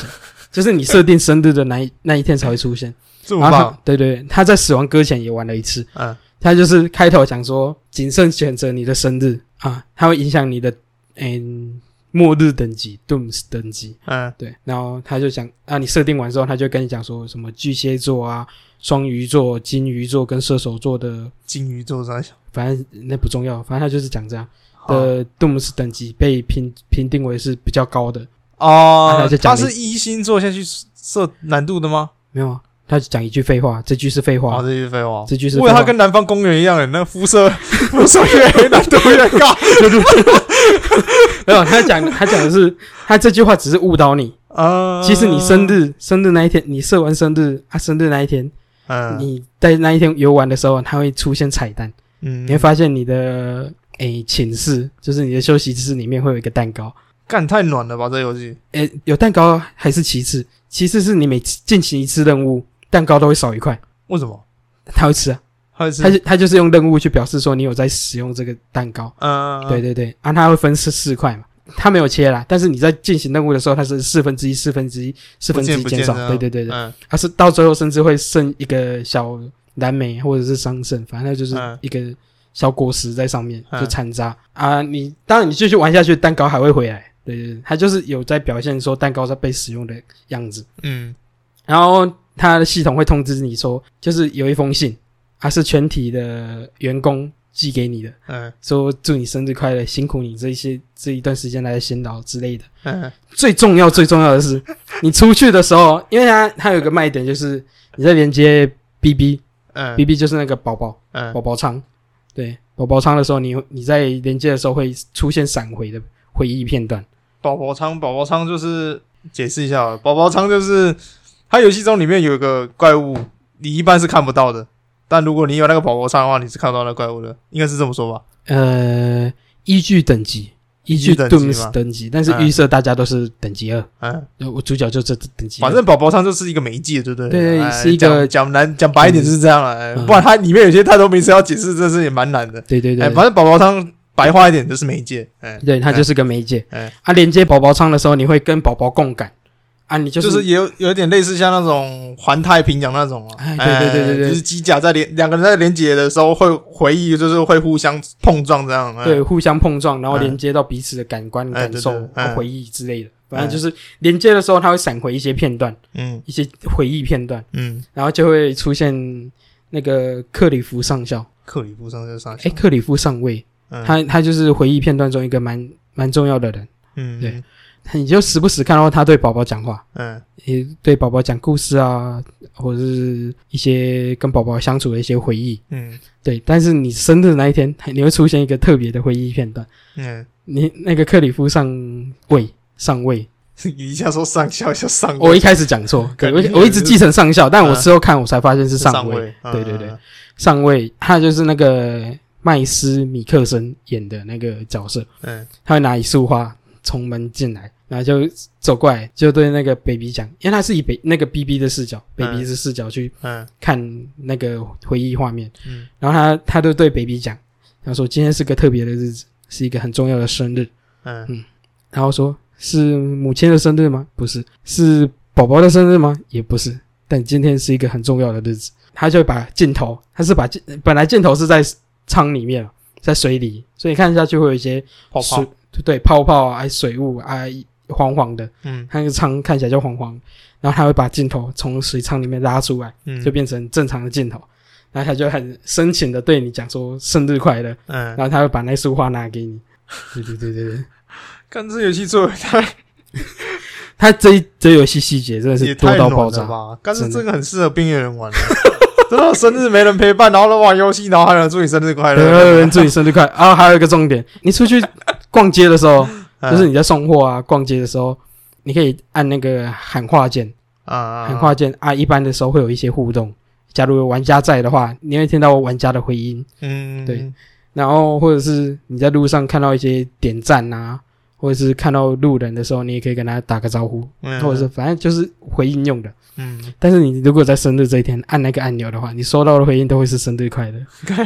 就是你设定生日的那一那一天才会出现。
这么
然后他
棒，
对对，他在死亡搁浅也玩了一次，
嗯
他就是开头讲说谨慎选择你的生日啊，它会影响你的嗯末日等级 Dooms 等级。
嗯
对，然后他就讲啊，你设定完之后，他就跟你讲说什么巨蟹座啊、双鱼座、金鱼座跟射手座的，
金鱼座三小
反正那不重要，反正他就是讲这样
好
的 Dooms 等级被评评定为是比较高的，啊
哦
那就，讲
他
你
是一星座下去设难度的吗？
没有啊，他就讲一句废话，这句是废话
哇，，这句废话，
这句是
哦我以为他跟南方公园一样，欸那肤色肤色越黑，难度越 高。
没有他讲他讲的是 他这句话只是误导你。
啊
其实你生，日生日那一天，你设完生日啊，生日那一天，
嗯
你在那一天游玩的时候，它会出现彩蛋，
嗯
你会发现你的诶寝室，就是你的休息室里面会有一个蛋糕，
干太暖了吧？这游戏
诶有蛋糕还是其次，其次是你每次进行一次任务，蛋糕都会少一块，
为什么？
他会吃啊，
还是
他就他就是用任务去表示说你有在使用这个蛋糕。
嗯，
对对对，啊，它会分四四块嘛，它没有切啦，但是你在进行任务的时候，它是四分之一、四分之一、四分之一
不见
减
不
少，
见的
对对对对，
嗯
它是到最后甚至会剩一个小蓝莓或者是桑葚，反正就是
嗯
一个小果实在上面
嗯
就残渣啊。你当然你继续玩下去，蛋糕还会回来，对对对，它就是有在表现说蛋糕在被使用的样子，
嗯
然后它的系统会通知你说，就是有一封信，它是全体的员工寄给你的。
嗯
说祝你生日快乐，辛苦你这一些这一段时间来的辛劳之类的。
嗯
最重要最重要的是，你出去的时候，因为它它有一个卖点就是你在连接 BB
嗯
BB 就是那个宝宝宝
嗯
宝仓，对宝宝仓的时候，你你在连接的时候会出现闪回的回忆片段，
宝宝仓，宝宝仓就是解释一下好了，宝宝仓就是它游戏中里面有一个怪物，你一般是看不到的，但如果你有那个宝宝仓的话，你是看到那怪物的，应该是这么说吧？
呃，依据等级。依
依
据
据等级
Dooms
嘛
等级，但是
嗯
预设大家都是等级二，
嗯。
呃我主角就这这等级二。
反正宝宝仓就是一个媒介，对不对？
对
哎
是一个
讲讲难讲白一点就是这样了，哎
嗯
不然它里面有些太多名词要解释，这是也蛮难的。
对对对
哎，，反正宝宝仓白话一点就是媒介，哎，
对，它就是个媒介。
哎
啊，连接宝宝仓的时候，你会跟宝宝共感啊，你就、
就是是也有有点类似像那种环太平洋那种啊，
哎对对对对对
哎就是机甲在连两个人在连接的时候会回忆，就是会互相碰撞这样，哎
对互相碰撞，然后
哎
连接到彼此的感官、
哎
感受、
对对哎
回忆之类的。反正就是连接的时候，它会闪回一些片段，
嗯
一些回忆片段，
嗯，
然后就会出现那个克里夫上校。
克里夫上就上
哎，克里夫上尉，
嗯
他他就是回忆片段中一个蛮蛮重要的人。
嗯
对你就时不时看到他对宝宝讲话，
嗯
也对宝宝讲故事啊，或者是一些跟宝宝相处的一些回忆。
嗯
对，但是你生日那一天，你会出现一个特别的回忆片段。
嗯，
你那个克里夫上尉，上尉，
你一下说上校，一下上
我
位
一开始讲错，对
感
我
觉
我一直记成上校，但我
啊
之后看我才发现是上尉。
位，嗯
对对对，上尉他就是那个麦斯米克森演的那个角色，
嗯
他会拿一束花从门进来，然后就走过来，就对那个 baby 讲，因为他是以北那个 BB 的视角
嗯
，baby 的视角去
嗯
看那个回忆画面，
嗯
然后他他就对 baby 讲，他说今天是个特别的日子，是一个很重要的生日。
嗯
然后说是母亲的生日吗？不是，是宝宝的生日吗？也不是，但今天是一个很重要的日子。他就把箭头，他是把箭本来箭头是在舱里面，在水里，所以你看下去会有一些
泡泡
水，对泡泡啊、水雾啊、黄黄的，
嗯
它那个舱看起来就黄黄，然后他会把箭头从水舱里面拉出来，
嗯，
就变成正常的箭头，然后他就很深情的对你讲说生日快乐，
嗯
然，后他会把那束花拿给你。对对对对对，
看这游戏做的太
他这一这游戏细节真的
也
是多
太
到
暖
爆
了
炸，
吧？但是
真的
这个很适合边缘人玩的， 真的生日没人陪伴，然后都玩游戏，然后还有人祝你生日快
对还有
乐
人，祝你生日快乐啊！还有一个重点，你出去逛街的时候，
嗯
就是你在送货啊、逛街的时候，你可以按那个喊话键，
啊
喊话键啊，一般的时候会有一些互动。假如有玩家在的话，你会听到玩家的回音，
嗯，
对，然后或者是你在路上看到一些点赞啊，或者是看到路人的时候，你也可以跟他打个招呼，
嗯
或者是反正就是回应用的。
嗯，
但是你如果在生日这一天按那个按钮的话，你收到的回应都会是生日快乐，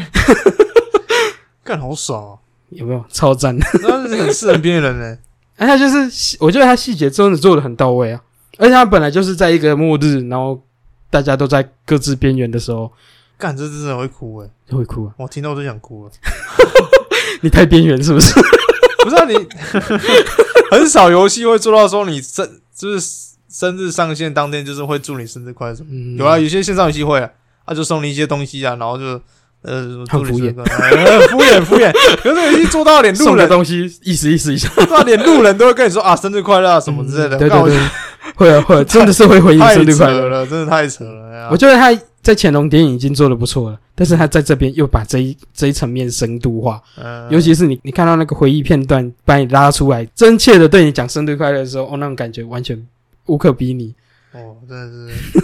干好爽 哦，
有没有？超赞！
那是很适合边缘人欸呢。
啊，他就是细我觉得他细节真的做的很到位啊，而且他本来就是在一个末日，然后大家都在各自边缘的时候
干，这真的会哭哎，
就会哭啊。
我听到我就想哭了。
你太边缘是不 是？
不是啊，你很少游戏会做到说你生就是生日上线当天就是会祝你生日快乐什么。
嗯，
有啊，有些线上游戏会啊，啊就送你一些东西啊，然后就呃祝
很
你
敷
生日
衍
快乐， 呃敷衍敷衍。可是游戏做到连路
送个
人，
东西意思意思一下
做到连路人都会跟你说啊生日快乐啊什么之类
嗯
的。
对对
干我觉
对
得，
会啊会啊，真的是会回应生
太
日快
扯
乐。
了，真的太扯了。哎呀
我觉得他在乾隆电影已经做的不错了，但是他在这边又把这一这一层面深度化，
嗯
尤其是你你看到那个回忆片段把你拉出来，真切的对你讲生日快乐的时候，哦，那种感觉完全无可比拟。
哦，真的是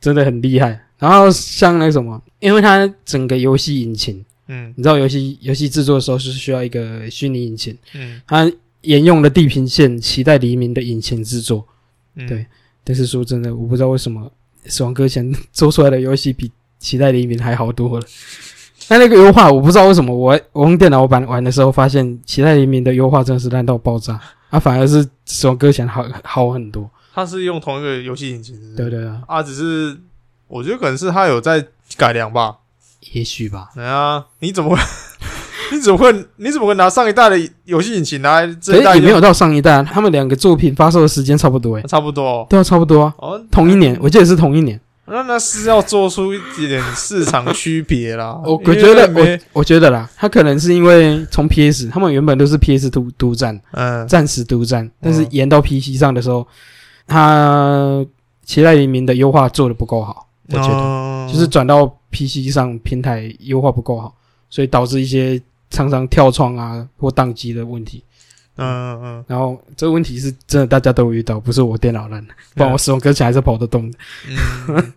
真的很厉害。然后像那个什么，因为它整个游戏引擎，
嗯
你知道游戏游戏制作的时候是需要一个虚拟引擎，
嗯
它沿用了地平线、期待黎明的引擎制作。
嗯
对但是说真的，我不知道为什么死亡搁浅 做出来的游戏比期待黎明还好多了。那那个优化，我不知道为什么我我用电脑版玩的时候，发现期待黎明的优化真的是烂到爆炸，啊，反而是死亡搁浅好好很多。
他是用同一个游戏引擎，是不是
对对对，
啊，只是我觉得可能是他有在改良吧。
也许吧。
哎呀，你怎么会？ 你怎么会？你怎么会拿上一代的游戏引擎拿来
可
这一代
是也没
用？
有到上一代啊，他们两个作品发售的时间差不多诶、
差不多哦
对啊，差不多啊，
哦。
同一年，我记得是同一年。
那那是要做出一点市场区别啦。
我
哦因
我
为
觉得
没
我我觉得啦，他可能是因为从 PS，他们原本都是 PS 独独占，
嗯
暂时独占，但是延到 PC 上的时候，他期待黎明的优化做的不够好，我觉得、
得
就是转到 PC 上平台优化不够好，所以导致一些常常跳窗啊或宕机的问题。
嗯嗯嗯
然后这个问题是真的大家都有遇到，不是我电脑烂，不然我使用歌曲还是跑得动的。
嗯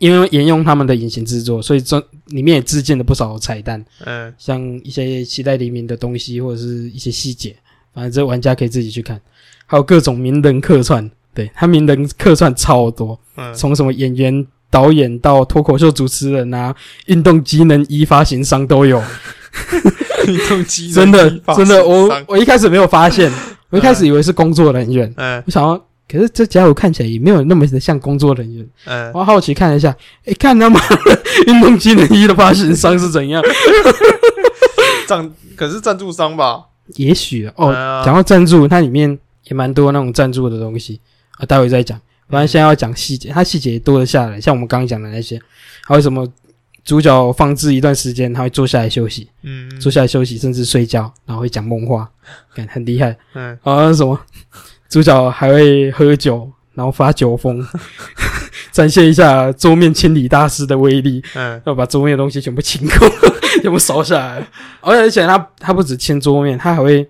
因为沿用他们的引擎制作，所以这里面也致敬了不少彩蛋，
嗯
像一些期待黎明的东西或者是一些细节，反正这玩家可以自己去看。还有各种名人客串，对他名人客串超多，
嗯
从什么演员、导演到脱口秀主持人啊，运动机能衣发行商都 有，
嗯，运动机
真的
一发
真的，我
三
我一开始没有发 现，我一开始以为是工作人员，
嗯
我想要，可是这家伙看起来也没有那么的像工作人员。
嗯，
我好奇看了一下，哎、看他妈的 运动机能衣的发行商是怎样？
赞可是赞助商吧？
也许啊哦，
嗯
讲到赞助，它里面也蛮多那种赞助的东西啊，待会再讲。反正现在要讲细节，它细节也多了下来，像我们刚刚讲的那些，还有什么主角放置一段时间，他会坐下来休息，
嗯
坐下来休息，甚至睡觉，然后会讲梦话，感很厉害。
嗯
啊，什么？主角还会喝酒，然后发酒疯，展现一下桌面清理大师的威力。
嗯
要把桌面的东西全部清空， 全部扫下来。而且而且他他不止清桌面，他还会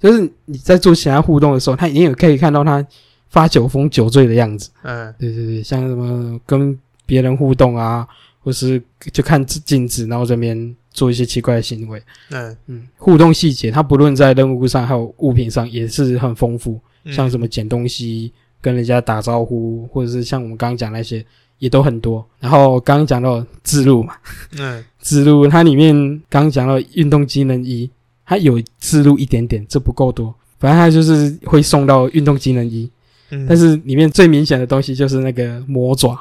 就是你在做其他互动的时候，他也有可以看到他发酒疯、酒醉的样子。
嗯
对对对，像什么跟别人互动啊，或是就看镜子，然后这边做一些奇怪的行为。
嗯
嗯，互动细节，它不论在任务上还有物品上也是很丰富，
嗯，
像什么捡东西、跟人家打招呼，或者是像我们刚刚讲那些。也都很多，然后刚刚讲到自录嘛，
嗯
植入，它里面刚刚讲到运动机能衣，它有植入一点点，这不够多。反正它就是会送到运动机能衣，
嗯，
但是里面最明显的东西就是那个魔爪，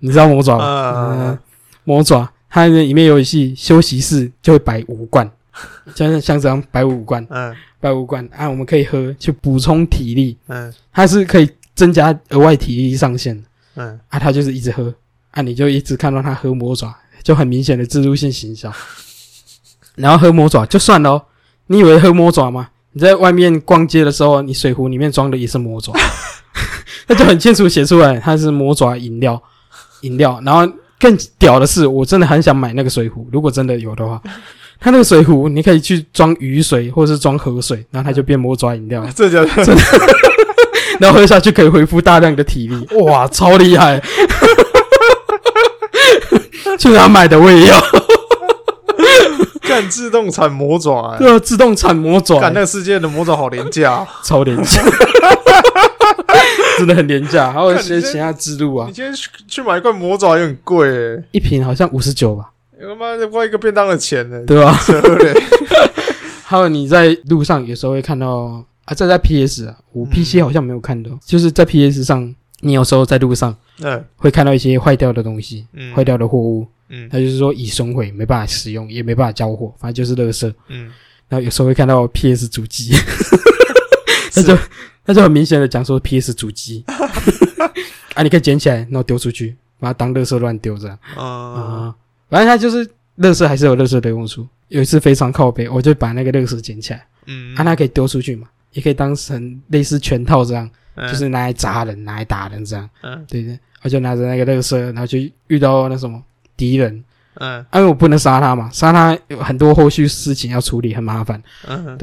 你知道魔爪吗？
嗯，
嗯，魔爪它里面游戏休息室就会摆五罐，像像这样摆五罐，
嗯
摆五罐啊，我们可以喝去补充体力，
嗯
它是可以增加额外体力上限的
嗯，
啊，他就是一直喝啊，你就一直看到他喝魔爪，就很明显的自入性行销。然后喝魔爪就算了哦，你以为喝魔爪吗？你在外面逛街的时候，你水壶里面装的也是魔爪，那就很清楚写出来它是魔爪饮料，饮料。然后更屌的是，我真的很想买那个水壶，如果真的有的话，它那个水壶你可以去装雨水或者是装河水，然后它就变魔爪饮料了。
这叫
然后喝下去可以恢复大量的体力，哇，超厉害！去哪买的我也 要，
干自动产魔爪哎、
对啊，自动产魔爪，
干那个世界的魔爪好廉 价、哦
超廉 价，真的很廉价。还有一些其他之路啊
你，今天去去买一罐魔爪也很贵哎、
一瓶好像五十九吧，
他妈的花一个便当的钱呢、
对吧？
对不对？
还有你在路上有时候会看到啊，这在 PS 啊，我
嗯
PC 好像没有看到，就是在 PS 上，你有时候在路上
嗯
会看到一些坏掉的东西，
嗯，
坏掉的货物，
嗯
它就是说已损毁，没办法使用，也没办法交货，反正就是垃圾。
嗯，
然后有时候会看到 PS 主 机，那就那就很明显的讲说 PS 主机 啊，你可以捡起来，然后丢出去，把它当垃圾乱丢这样啊、
嗯
反正它就是垃圾还是有垃圾的用处。有一次非常靠背，我就把那个垃圾捡起来，
嗯，
啊，它可以丢出去嘛，也可以当成类似拳套这样，
嗯
就是拿来砸人、拿来打人这样，
嗯
对对。我就拿着那个垃圾，然后就遇到那什么敌人，
嗯
啊因为我不能杀他嘛，杀他有很多后续事情要处理，很麻烦。
嗯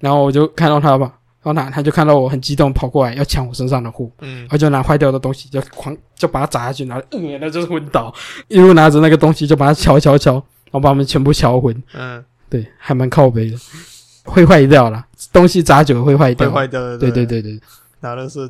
然后我就看到他吧，然后他他就看到我很激动跑过来要抢我身上的货，
嗯
我就拿坏掉的东西就狂就把它砸下去，然后嗯，那就是昏倒，一路拿着那个东西就把它敲敲敲，然后把他们全部敲昏，
嗯，
对，还蛮靠背的，会坏掉啦，东西砸久了会坏
会
掉，
坏掉的，
对对
对，
对对
拿的是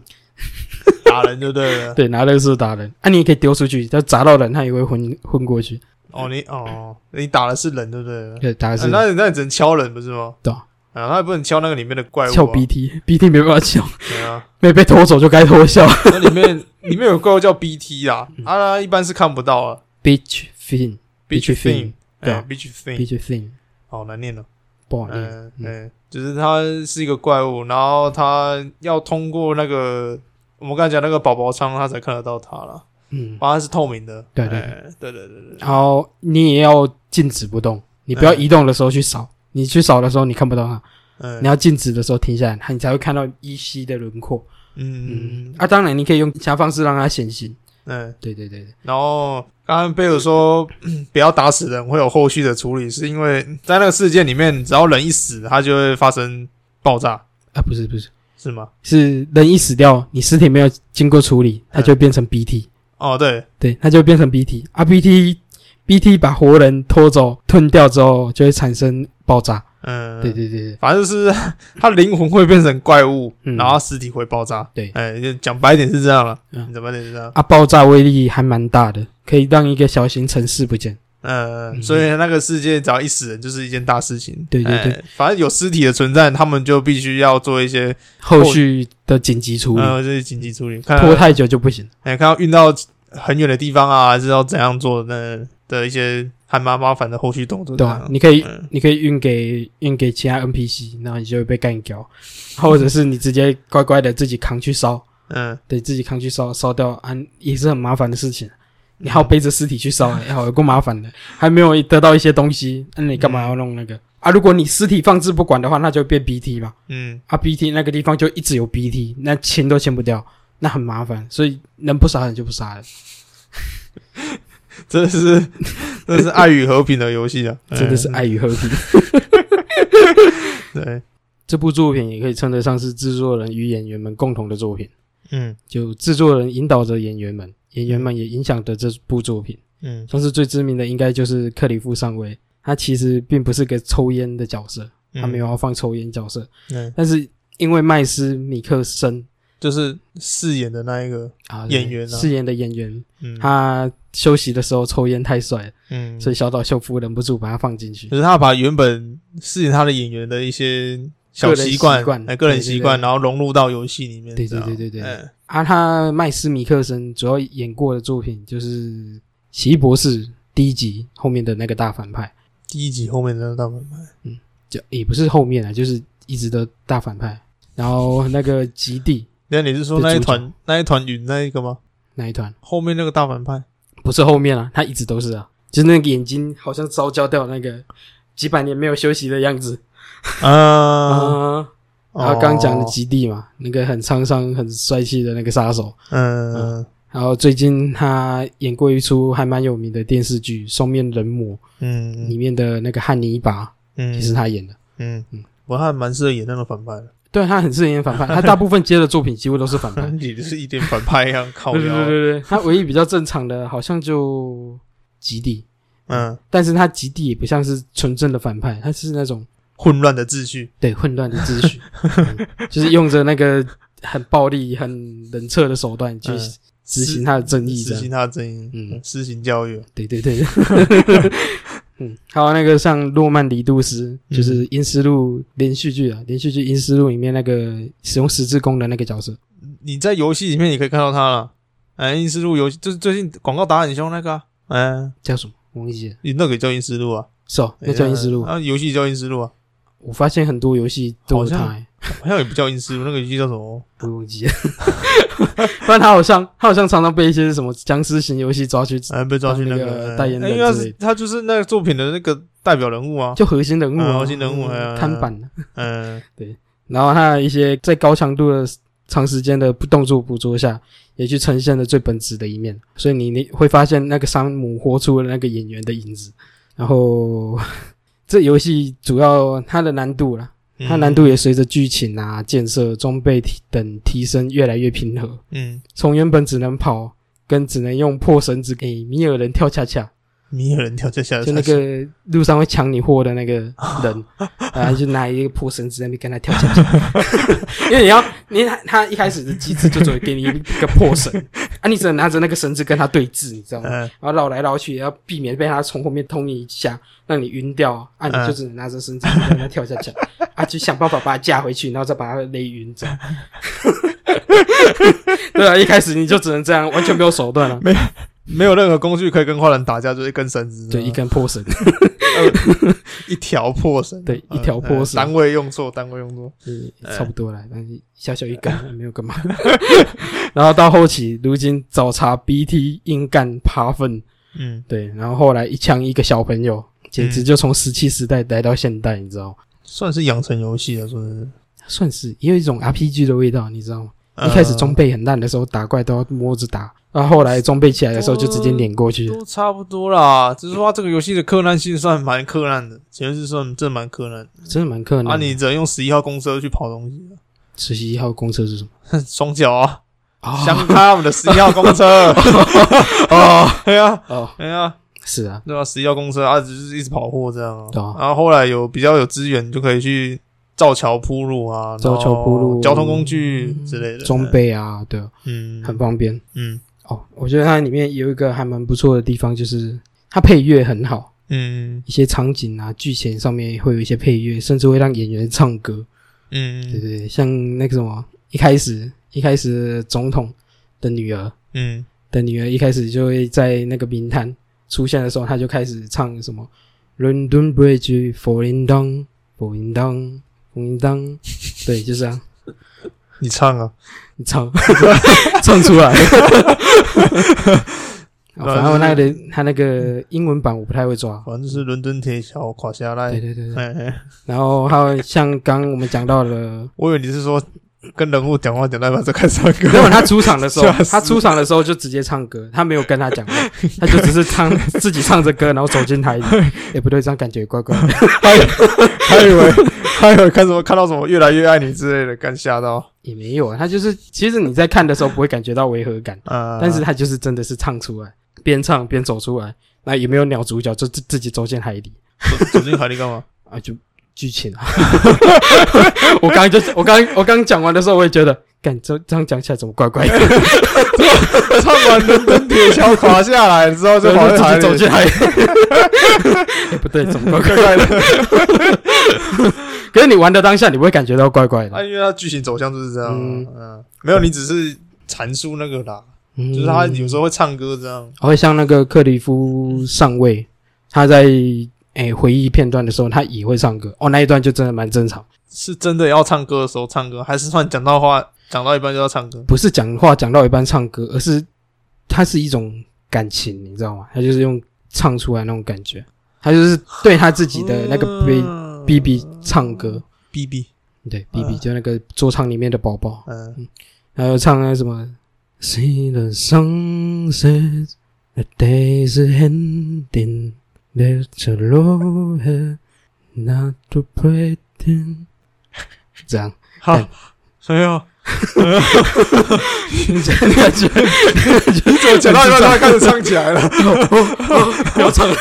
打人就对了。
对，拿乐事打人，啊，你也可以丢出去，但砸到人他也会昏昏过去，
哦，你哦，你打的是人就对了。
对，打的
啊
是
那你那你只能敲人不是吗？
对啊
啊，那也不能敲那个里面的怪物啊。
撬 BT，BT 没办法撬，
对啊，
没被偷走就该偷 笑
那里面里面有怪物叫 BT 啦，
嗯
啊，那一般是看不到啊。
，Bitch Fin
Bitch Thing，
Fin 对啊
哎，Bitch Thing，
Bitch Fin，
好难念哦。
不好念，
嗯
嗯
对，就是它是一个怪物，然后它要通过那个我们刚才讲那个宝宝仓，它才看得到它了。
嗯。
反正它是透明的。
对对
哎对对对对对
然后你也要静止不动，你不要
嗯
移动的时候去扫，你去扫的时候你看不到它，
嗯
你要静止的时候停下来，它你才会看到依稀的轮廓。
嗯嗯
啊，当然你可以用其他方式让它显形。
嗯。
对对对对，
然后刚刚贝尔说 不要打死人，会有后续的处理，是因为在那个事件里面，只要人一死，它就会发生爆炸，
啊不是不是，
是吗？
是人一死掉，你尸体没有经过处理，它
嗯
就变成 BT，、
哦，对，
对，它就变成 BT。啊 BT BT 把活人拖走吞掉之后，就会产生爆炸。
嗯，
对，对对对，
反正就是 它灵魂会变成怪物，
嗯
然后它尸体会爆炸。
对
哎，就讲白一点是这样了，
嗯
讲白一点是这样。
啊爆炸威力还蛮大的，可以让一个小型城市不见。
嗯，
嗯
所以那个世界只要一死人，就是一件大事情。
对对
哎
对，
反正有尸体的存在，他们就必须要做一些
后续的紧急处理，
呃，就是紧急处理，看
拖太久就不行。
哎，看到运到很远的地方啊，还是要怎样做的的一些还蛮麻烦的后续动作。
对
这
啊
样，
你可以
嗯
你可以运给运给其他 NPC，然后你就会被干掉，或者是你直接乖乖的自己扛去烧，
嗯，
对自己扛去烧烧掉，啊，也是很麻烦的事情。你还要背着尸体去烧、欸，好有够麻烦的，还没有得到一些东西，那、你干嘛要弄那个、啊？如果你尸体放置不管的话，那就变 BT 嘛，
嗯
啊 BT 那个地方就一直有 BT，那清都清不掉，那很麻烦，所以能不杀人就不杀人，
真的是 真的是爱与和平的游戏啊，
真的是爱与和平。
嗯对，
这部作品也可以称得上是制作人与演员们共同的作品。
嗯
就制作人引导着演员们，演员们也影响着这部作品。
嗯
像是最知名的应该就是克里夫上尉，他其实并不是个抽烟的角色，
嗯
啊他没有要放抽烟角色，
嗯，
但是因为麦斯米克森
就是饰演的那一个，
啊
演员啊
饰演的演员，
嗯
他休息的时候抽烟太帅了，
嗯，
所以小岛秀夫忍不住把他放进去
就。是他把原本饰演他的演员的一些小习惯
个人习惯
哎，个人习惯，
对对对
然后融入到游戏里面。
对
这
对对
样
对对，
哎
啊，他麦斯米克森主要演过的作品就是《奇异博士》第一集后面的那个大反派，
第一集后面的大反派，
就也不是后面啊，就是一直的大反派。然后那个极地
那你是说
对
那一
主角
团那一团云那一个吗？
那一团，
后面那个大反派，
不是后面啊，他一直都是啊，就是那个眼睛好像烧焦掉那个几百年没有休息的样子啊。
啊，
然后刚讲的
哦，
极地嘛，那个很沧桑、很帅气的那个杀手。
嗯
然后最近他演过一出还蛮有名的电视剧《双面人魔》，里
嗯
面的那个汉尼拔
嗯，
也是他演的。
嗯
嗯，
我还蛮适合演那种反派的，
对他很适合演反派，他大部分接的作品几乎都是反派。
你就是一点反派一样，靠
对对对
腰，
对对，他唯一比较正常的好像就极地，
嗯，
但是他极地也不像是纯正的反派，他是那种
混乱的秩序，
对混乱的秩 序，嗯就是用着那个很暴力、很冷彻的手段去
嗯
执行他的正义，这
施
样
行他的正义，
嗯
嗯，施行教育，
对对对， 嗯，还有那个像诺曼底杜斯，
嗯
就是《阴尸路》连续剧啊，连续剧《阴尸路》里面那个使用十字弓的那个角色，
你在游戏里面也可以看到他了。哎，英思路游戏就是最近广告打很凶那个、啊，哎，
叫什么？我忘记了，
你那个也叫英思路啊？
是哦，那叫《阴尸路》
啊，游戏叫英思路啊，
我发现很多游戏都有他、
好像
欸，
好像也不叫英思路，那个游戏叫什么？
我忘记了。不然他好像他好像常常被一些什么僵尸型游戏抓去，
哎，被抓去
当那个
个
代言人
哎因为他
之类
是
的
他就是那个作品的那个代表人物啊，
就核心人物、啊
嗯核心人物哎哎哎
摊板的。
嗯
然后他的一些在高强度的长时间的不动作捕捉下，也去呈现了最本质的一面。所以你你会发现那个山姆活出了那个演员的影子。然后 这游戏主要它的难度啦，
嗯，
它难度也随着剧情啊、建设、装备提等提升越来越平和。
嗯，
从原本只能跑，跟只能用破绳子给米尔人跳恰恰，
米尔人跳下下来
就那 个路上会抢你货的那个人，然后就拿一个破绳子在那边跟他跳恰恰， 因为你要，你他他一开始的机制就只会给你一个破绳， 啊，你只能拿着那个绳子跟他对峙，你知道吗？
嗯
然后绕来绕去，要避免被他从后面捅你一下，让你晕掉啊，啊你就只能拿着绳子跟他跳下去，啊，就想办法把他架回去，然后再把他勒晕，这样。对啊，一开始你就只能这样，完全没有手段了、啊，
没有任何工具可以跟花人打架，就是一根绳子，
对，一根破绳，
呃一条破绳，
对，一条破绳
嗯，单位用错，单位用错，
嗯，差不多了，但是小小一根没有干嘛。然后到后期，如今找茬 BT 硬干爬粪，
嗯，
对，然后后来一枪一个小朋友，简直就从石器时代来到现代，你知道吗？
算是养成游戏了，算是。
算是也有一种 RPG 的味道，你知道吗？
呃
一开始装
备。
备很烂的时候，打怪都要摸着打，然后后来装备起来的时候就直接碾过去了。
都差不多啦，只是说它这个游戏的柯南性算蛮柯南的，其实是算真的蛮柯南的。
真的蛮困
啊，
难的。
你只能用十一号公车去跑东西，
实习一号公车是什么？
双脚啊，
哦
相他们的十一号公 车。
哦
对啊，
哦，
对啊，
是啊，
对啊，十一号公车啊，只是一直跑货这样啊。
对啊
然后后来有比较有资源，就可以去造桥铺路啊，
造桥铺路嗯
然后交通工具之类的
装，备啊，对，
嗯，
很方便。
嗯
哦，我觉得它里面有一个还蛮不错的地方，就是它配乐很好，
嗯
一些场景啊、剧情上面会有一些配乐，甚至会让演员唱歌。对
嗯
对对，像那个什么，一开始一开始总统的女儿
嗯
的女儿一开始就会在那个名滩出现的时候，她就开始唱什么 “London Bridge falling down, falling down, falling down”，对，就这样，
你唱啊，
你唱 唱出 来。啊反正我那个他那个英文版我不太会抓，
反正就是伦敦铁桥垮下来
对。对对对。
哎哎
然后还有像刚我们讲到 的，
我以为你是说跟人物讲话讲到一半就开始唱歌。
没有他出场的时候
吓，死
他出场的时候就直接唱歌，他没有跟他讲话，他就只是唱自己唱着歌，然后走进 台里。哎，不对，这样感觉怪怪的。
还以为还以为 还以为看什么看到什么越来越爱你之类的，干吓到。
也没有啊，他就是其实你在看的时候不会感觉到违和 感，
呃，
但是他就是真的是唱出来，边唱边走出来，那也没有鸟主角，就自自己走进海里。
走进海里干 嘛？
啊，就剧情啊。 我刚刚就我刚我刚讲完的时候，我也觉得，干这这样讲起来怎么怪怪的？
唱完伦敦铁桥垮下来之后就
就
跑
自
进海
己
里，
走进海， 哎不对，怎么怪怪
怪怪的。
的？可是你玩的当下，你不会感觉到怪怪
啊，
的。
因为它剧情走向就是这样啊。
嗯
嗯，没有，你只是阐述那个啦，
嗯
就是他有时候会唱歌这样。
会像那个克里夫上尉，他在诶、回忆片段的时候，他也会唱歌哦，那一段就真的蛮正常，
是真的要唱歌的时候唱歌，还是算讲到话讲到一半就要唱歌？
不是讲话讲到一半唱歌，而是它是一种感情，你知道吗？他就是用唱出来那种感觉，他就是对他自己的那个 B
啊
B B 唱歌，
嗯 B B，
对 B B
啊
就那个桌唱里面的宝宝，
嗯，
还有唱那什么 See the sunset, the day is ending, there's a love here not to pretend。这样，
好，哎呦，
你这样感觉，
就讲到一半他开始唱起来了，
不要唱了，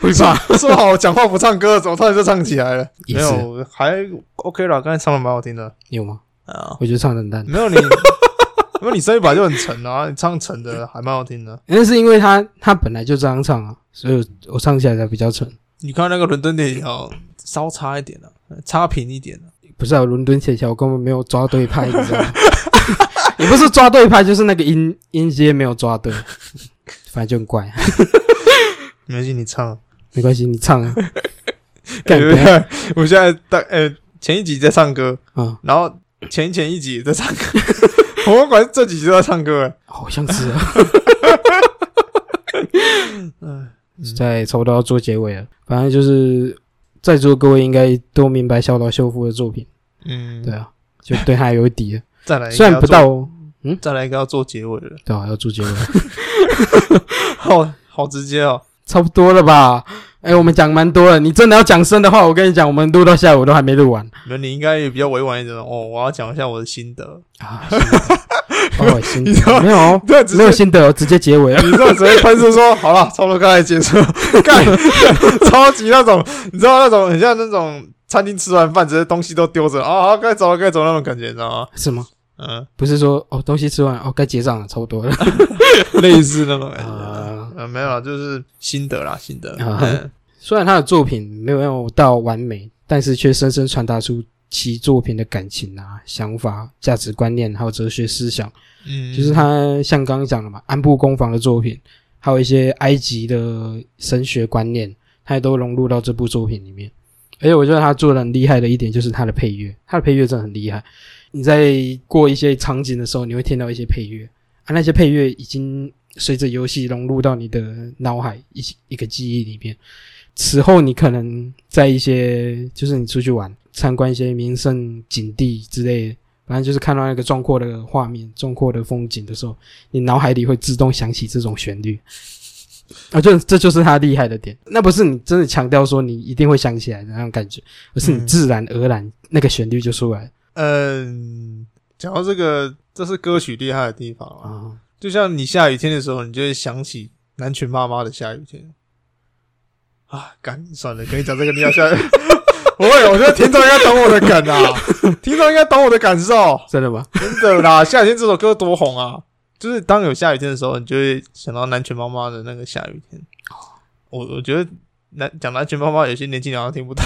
会怕。
说好讲话不唱歌，怎么突然就唱起来了？
也
没
是
有，还 OK 啦，刚才唱的蛮好听的
有吗？
啊，
我觉得唱得很淡，
没有你， 没有你声音本来就很沉啊，你唱沉的还蛮好听的。
那是因为他他本来就这样唱啊，所以我我唱起来才比较沉。
你看那个伦敦铁桥，嗯稍差一点了、啊差评一点了、
不是啊，伦敦铁桥我根本没有抓对拍，你知道 吗？也不是抓对拍，就是那个音音阶没有抓对，反正就很怪。
没关系，你唱。
没关系，你唱 啊。干
对
不
不
要
对？ 我现在大呃前一集在唱歌，
啊，
然后前前一集也在唱歌， 我们管这几集都在唱歌。哎
好像是 啊。在哎差不多要做结尾了，反正就是在座各位应该都明白小岛秀夫的作品，
嗯
对，啊，就对他有底了。
再来一个
虽然不
哎要做，
到，
再来一个要做结尾了，
对啊，要做结尾，
好好直接哦。
差不多了吧？哎，我们讲蛮多了，你真的要讲深的话，我跟你讲，我们录到下午都还没录完
那你应该也比较委婉一点哦。我要讲一下我的心得，
啊。是的哦，心
你知道
得没有哦，
对，只
没有
是
心得哦，直接结尾了。
你这种直接喷出说好了，差不多刚才结 束，干，超级那种，你知道那种很像那种餐厅吃完饭，直接东西都丢着啊，好该走了该走了那种感觉，你知道吗？
是吗？
嗯，
不是说哦，东西吃完哦，该结账了，差不多了。
类似那种感 觉。
啊，
呃，没有啦，就是心得啦，心得。
啊
嗯
虽然他的作品没有到完美，但是却深深传达出其作品的感情啊、想法、价值观念，还有哲学思想。
嗯，
就是他像刚刚讲的嘛，安部公房的作品，还有一些埃及的神学观念，他也都融入到这部作品里面。而且我觉得他做的很厉害的一点就是他的配乐，他的配乐真的很厉害。你在过一些场景的时候，你会听到一些配乐，啊，那些配乐已经随着游戏融入到你的脑海一起一个记忆里面。此后，你可能在一些就是你出去玩，参观一些名胜景地之类的，反正就是看到那个壮阔的画面、壮阔的风景的时候，你脑海里会自动响起这种旋律。 啊，就这就是他厉害的点。那不是你真的强调说你一定会想起来的那种感觉，而是你
嗯
自然而然那个旋律就出来了
嗯，讲到这个，这是歌曲厉害的地方 啊。
啊。
就像你下雨天的时候，你就会想起南拳妈妈的下雨天。啊，干算了，跟你讲这个你要下雨。不会，我觉得听众应该懂我的梗啊，听众应该懂我的感受，
真的吗？
真的啦。夏天这首歌多红啊，就是当有下雨天的时候，你就会想到南拳妈妈的那个下雨天。我我觉得南讲南拳妈妈，有些年轻人好像听不到。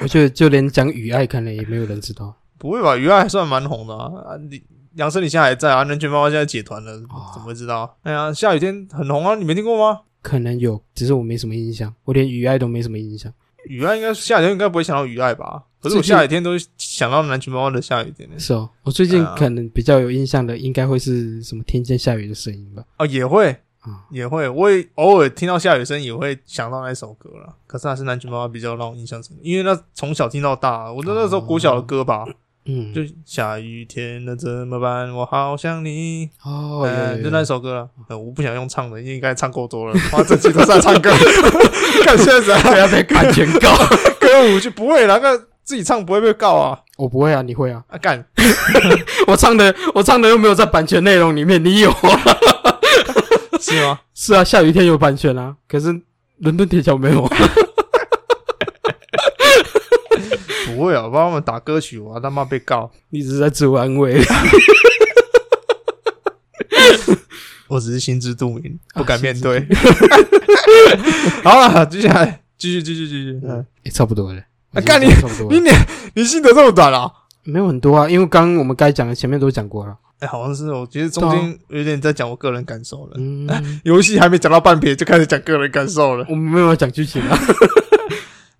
我觉得就连讲雨爱，可能也没有人知道。
不会吧？鱼爱还算蛮红的啊！啊你杨森，你现在还在啊？人权妈妈现在解团了，
哦
怎么会知道？哎呀，下雨天很红啊，你没听过吗？
可能有，只是我没什么印象，我连雨爱都没什么印象。
雨啊爱应该下雨天应该不会想到雨爱吧？可是我
最近
下雨天都想到南拳妈妈的下雨天呢
是哦，我最近
啊
可能比较有印象的，应该会是什么天见下雨的声音吧？
哦，也会
啊、
也会，我也偶尔听到下雨声也会想到那首歌啦。可是还是南拳妈妈比较让我印象深刻，因为那从小听到大，我那那时候国小
哦
的歌吧，
嗯，
就下雨天了怎么办？我好想你，
哦，有
呃，
有
就
有
那首歌了。呃，我不想用唱的，因为应该唱够多了。哇，这期都是在唱歌， 看现 在谁还要被
版权告，
啊歌舞剧不会啦，那个自己唱不会被告啊
我不会啊，你会啊？
啊干！
我唱的我唱的又没有在版权内容里面，你有啊？
是吗？
是啊，下雨天有版权啊，可是伦敦铁桥没 有啊。
不会啊，我帮他们打歌曲，我他妈被告。
你只是在自我安 慰，
我只是心知肚明，不敢面对。 好了，接下来继续继续继续。嗯，
也差不多了。
啊干你
差不多了
你你你心得这么短啊？
没有很多啊，因为刚刚我们该讲的前面都讲过了。
哎、好像是哦，我觉得中间有点在讲我个人感受了。
嗯，
游戏还没讲到半撇就开始讲个人感受了。
我们没有要讲剧情啊。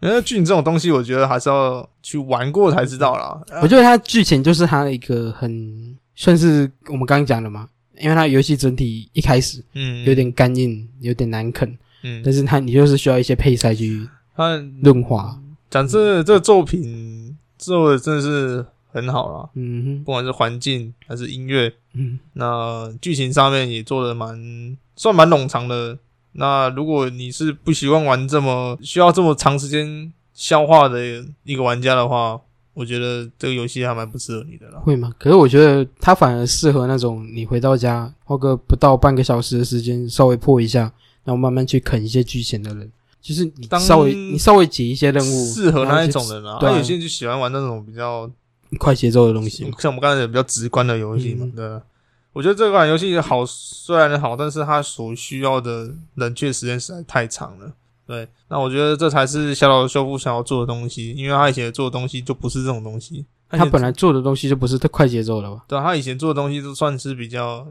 然后剧情这种东西，我觉得还是要去玩过才知道啦。
我觉得它剧情就是它的一个很算是我们刚刚讲的嘛，因为它游戏整体一开始
嗯，
有，点干硬，有点难啃，
嗯，
但是它你就是需要一些配菜去
他
润滑。
讲这这个作品做的真的是很好啦，
嗯
不管是环境还是音乐，
哼嗯，
那剧情上面也做的蛮算蛮冗长的。那如果你是不习惯玩这么需要这么长时间消化的一个玩家的话，我觉得这个游戏还蛮不适合你的啦。
会吗？可是我觉得它反而适合那种你回到家花个不到半个小时的时间稍微破一下，然后慢慢去啃一些剧情的人，就是你
当
稍微你稍微解一些任务，
适合那一种
然后
人啊，
对啊
那有些人就喜欢玩那种比较
去快节奏的东西嘛。
嗯像我们刚才讲比较直观的游戏嘛
嗯，
对啊。我觉得这款游戏好，虽然好，但是它所需要的冷却时间实在太长了。对，那我觉得这才是小岛修复想要做的东西，因为他以前做的东西就不是这种东西。
他本来做的东西就不是太快节奏了吧？
对啊他以前做的东西都算是比较，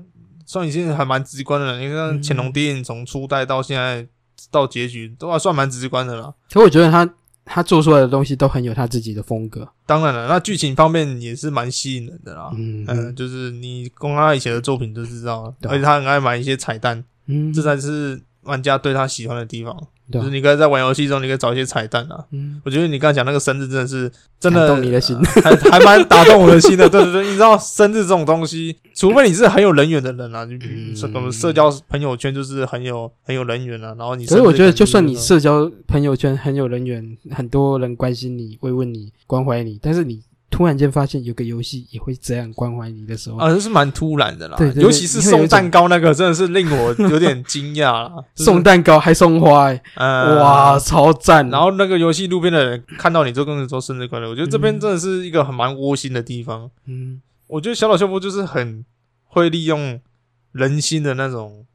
算已经还蛮直观的了。你看
嗯
《潜龙谍影》从初代到现在到结局，都还算蛮直观的啦。
可我觉得他他做出来的东西都很有他自己的风格。
当然了，那剧情方面也是蛮吸引人的啦。
嗯
嗯，就是你光看他以前的作品就知道了，
对啊
而且他很爱买一些彩蛋，
嗯，
这才是玩家对他喜欢的地方。
对
就
啊
是你可以在玩游戏中，你可以找一些彩蛋啊。
嗯，
我觉得你刚才讲那个生日真的是真的
打动你的心
呃还还蛮打动我的 心的。对对对，你知道生日这种东西，除非你是很有人缘的人啊，你
嗯
什么社交朋友圈就是很有很有人缘啊。然后你啊
可是
生日可能
我
那种，
觉得，就算你社交朋友圈很有人缘，很多人关心你、慰问你、关怀你，但是你突然间发现有个游戏也会这样关怀你的时候，
啊，这是蛮突然的啦，
对对对
尤其是
你会有一
送
种
蛋糕那个，真的是令我有点惊 讶啦。就是
送蛋糕还送花、欸，
呃
哇，超赞！
然后那个游戏路边的人看到你就跟你说生日快乐，我觉得这边真的是一个很蛮窝心的地方。
嗯，
我觉得小岛秀夫就是很会利用人心的那种，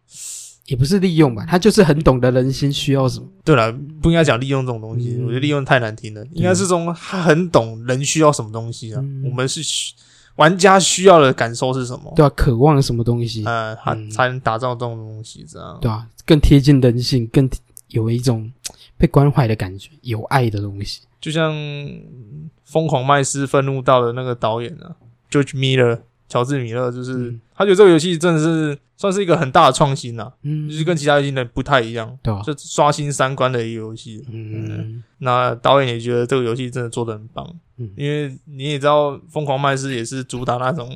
也不是利用吧，他就是很懂得人心需要什么。
对了，不应该讲利用这种东西，
嗯
我觉得利用太难听了，应该是从他很懂人需要什么东西啊，
嗯
我们是需玩家需要的感受是什么，
对啊，渴望什么东西，
呃，他
嗯
才能打造这种东西，这样
对啊，更贴近人性，更有一种被关怀的感觉，有爱的东西。
就像《疯狂麦斯》愤怒到的那个导演啊，George Miller，乔治米勒，就是、
嗯
他觉得这个游戏真的是算是一个很大的创新啊，
嗯
就是跟其他游戏呢不太一样，
对啊，
就刷新三观的一个游戏。
嗯
那导演也觉得这个游戏真的做的很棒，
嗯
因为你也知道，《疯狂麦斯》也是主打那种